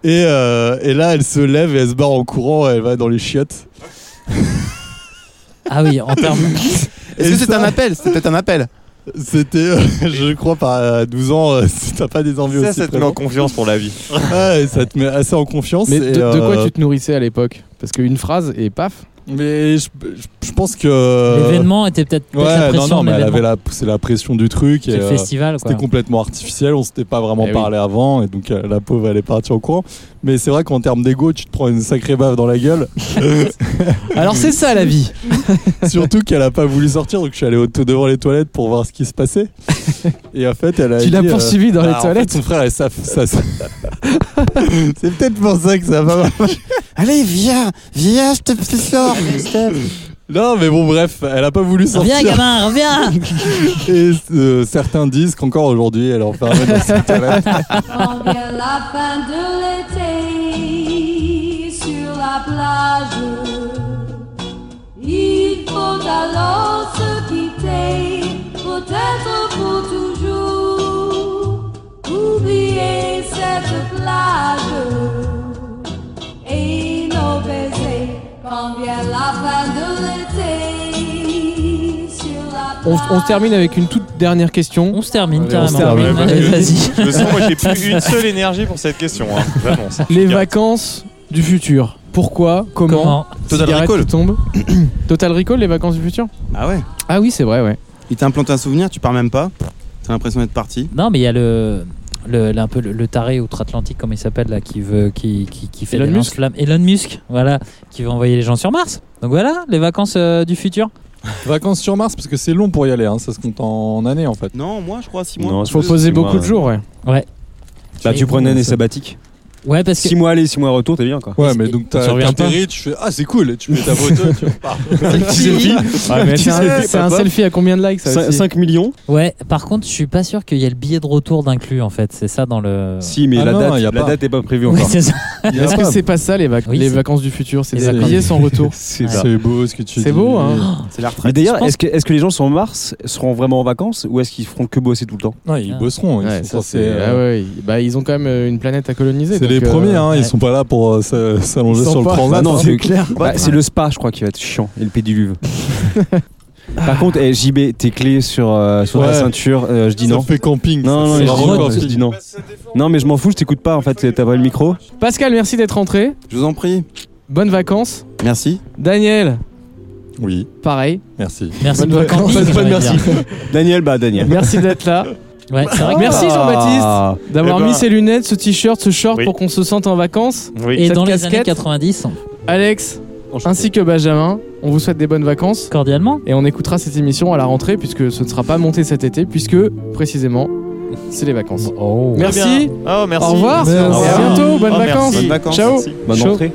Et, euh, et là, elle se lève et elle se barre en courant. Elle va dans les chiottes. Ah oui, en termes. Est-ce Et que c'est ça- un appel C'était peut-être un appel. C'était, euh, je crois, par euh, 12 ans, euh, si t'as pas des envies Ça, aussi ça te met en présentes. confiance pour la vie. Ouais, ça te met assez en confiance. Mais et, de, de quoi euh, tu te nourrissais à l'époque Parce qu'une phrase et paf. Mais je, je- je pense Euh, que L'événement était peut-être peut-être la Ouais, non, pression non, de mais elle l'événement. avait la, c'est la pression du truc. C'est et, le euh, festival, quoi. C'était complètement artificiel, on s'était pas vraiment Eh oui. parlé avant, et donc euh, la pauvre elle est partie au courant. Mais c'est vrai qu'en termes d'ego, tu te prends une sacrée bave dans la gueule. Alors c'est ça la vie. Surtout qu'elle a pas voulu sortir, donc je suis allé au- devant les toilettes pour voir ce qui se passait. Et en fait, elle a. Tu l'as dit, euh, poursuivi dans ah, les en fait, toilettes. son frère, elle, ça, ça- ça- c'est peut-être pour ça que ça va mal. Allez, viens, viens, je te je te sors. Non, mais bon, bref, elle a pas voulu sortir. Reviens, gamin, reviens Et euh, certains disent qu'encore aujourd'hui, elle est enfermée dans ses toilettes. On vient la fin de l'été sur la plage. Il faut alors se quitter, peut-être pour toujours. Oublier cette plage et nos baisers. Quand vient la fin de l'été sur la On, plage. on se termine avec une toute dernière question. On se termine Allez, on carrément. se termine. Allez, Ouais, bah, vas-y. Je sens, moi, j'ai plus une seule énergie pour cette question. Hein. Vraiment, ça. Les Bien. vacances du futur. Pourquoi Comment, Comment Total Cigarette Recall. qui tombe. Total Recall, les vacances du futur Ah ouais Ah oui, c'est vrai, ouais. Il t'a implanté un souvenir, tu pars même pas. T'as l'impression d'être parti. Non, mais il y a le. Le, un peu le, le taré outre-Atlantique, comme il s'appelle là, qui veut, qui, qui, qui fait Elon des Musk. lance-flammes. Elon Musk, voilà, qui va envoyer les gens sur Mars. Donc voilà, les vacances euh, du futur. Vacances sur Mars parce que c'est long pour y aller, hein, ça se compte en années en fait. Non, moi je crois 6 mois. Non, Il faut c'est- poser six beaucoup mois, de jours, ouais. Bah, tu prenais des Ça- sabbatiques. Ouais, parce que 6 mois aller, 6 mois retour, t'es bien quoi. Ouais, mais donc t'as- Tu reviens pas t'atterris, tu fais Ah, c'est cool, tu mets ta photo, tu repars. Ouais, Ah, mais c'est un, selfie, c'est un papa. selfie à combien de likes ça aussi 5 millions Ouais, par contre, je suis pas sûr qu'il y ait le billet de retour d'inclus en fait. C'est ça dans le. Si, mais Ah la non, date y a la pas. date est pas prévue Oui, encore. c'est ça. Est-ce ah, que c'est pas ça les, vac- Oui, les c'est- vacances du futur C'est Les des vacances. billets sans retour. C'est ça. C'est beau ce que tu dis. Ah. C'est beau, hein C'est la Mais retraite. d'ailleurs, pense- est-ce que, est-ce que les gens sur Mars seront vraiment en vacances ou est-ce qu'ils feront que bosser tout le temps Non, ils Ah. bosseront. ils Ouais, sont ça, censés, c'est- ah euh, ouais, ils- bah, ils ont quand même euh, une planète à coloniser. C'est donc, les euh, premiers, hein, ouais. ils sont pas là pour euh, se- s'allonger Ils sont sur le pas- transat. Bah non, hein. c'est clair. c'est le spa, je crois, qui va être chiant et le pédiluve. Par contre, eh, JB, tes clés sur, euh, sur Ouais. la ceinture, euh, je dis non. Ça fait camping. Non, non, ça, mais c'est je dis vraiment non, camping. je dis non. Non, mais je m'en fous, je t'écoute pas en fait, t'as pas le micro. Pascal, merci d'être rentré. Je vous en prie. Bonnes vacances. Merci. Daniel, Oui, pareil. merci. Merci Bonne pour le vacances. camping, Bonne- j'aurais bonne dit. Daniel, bah Daniel. Merci d'être là. Ouais, c'est vrai que- Merci Ah. Jean-Baptiste d'avoir Eh ben- mis ses lunettes, ce t-shirt, ce short Oui. pour qu'on se sente en vacances. Oui. Et Cette dans les casquette. années 90, Alex, Enchanté. ainsi que Benjamin, on vous souhaite des bonnes vacances. cordialement. Et on écoutera cette émission à la rentrée puisque ce ne sera pas monté cet été puisque précisément c'est les vacances. Oh. Merci. Oh, merci. Au revoir. Merci. À bientôt. Bonnes Oh, merci. vacances. Bonnes vacances. Ciao. Bonne Chaud. entrée.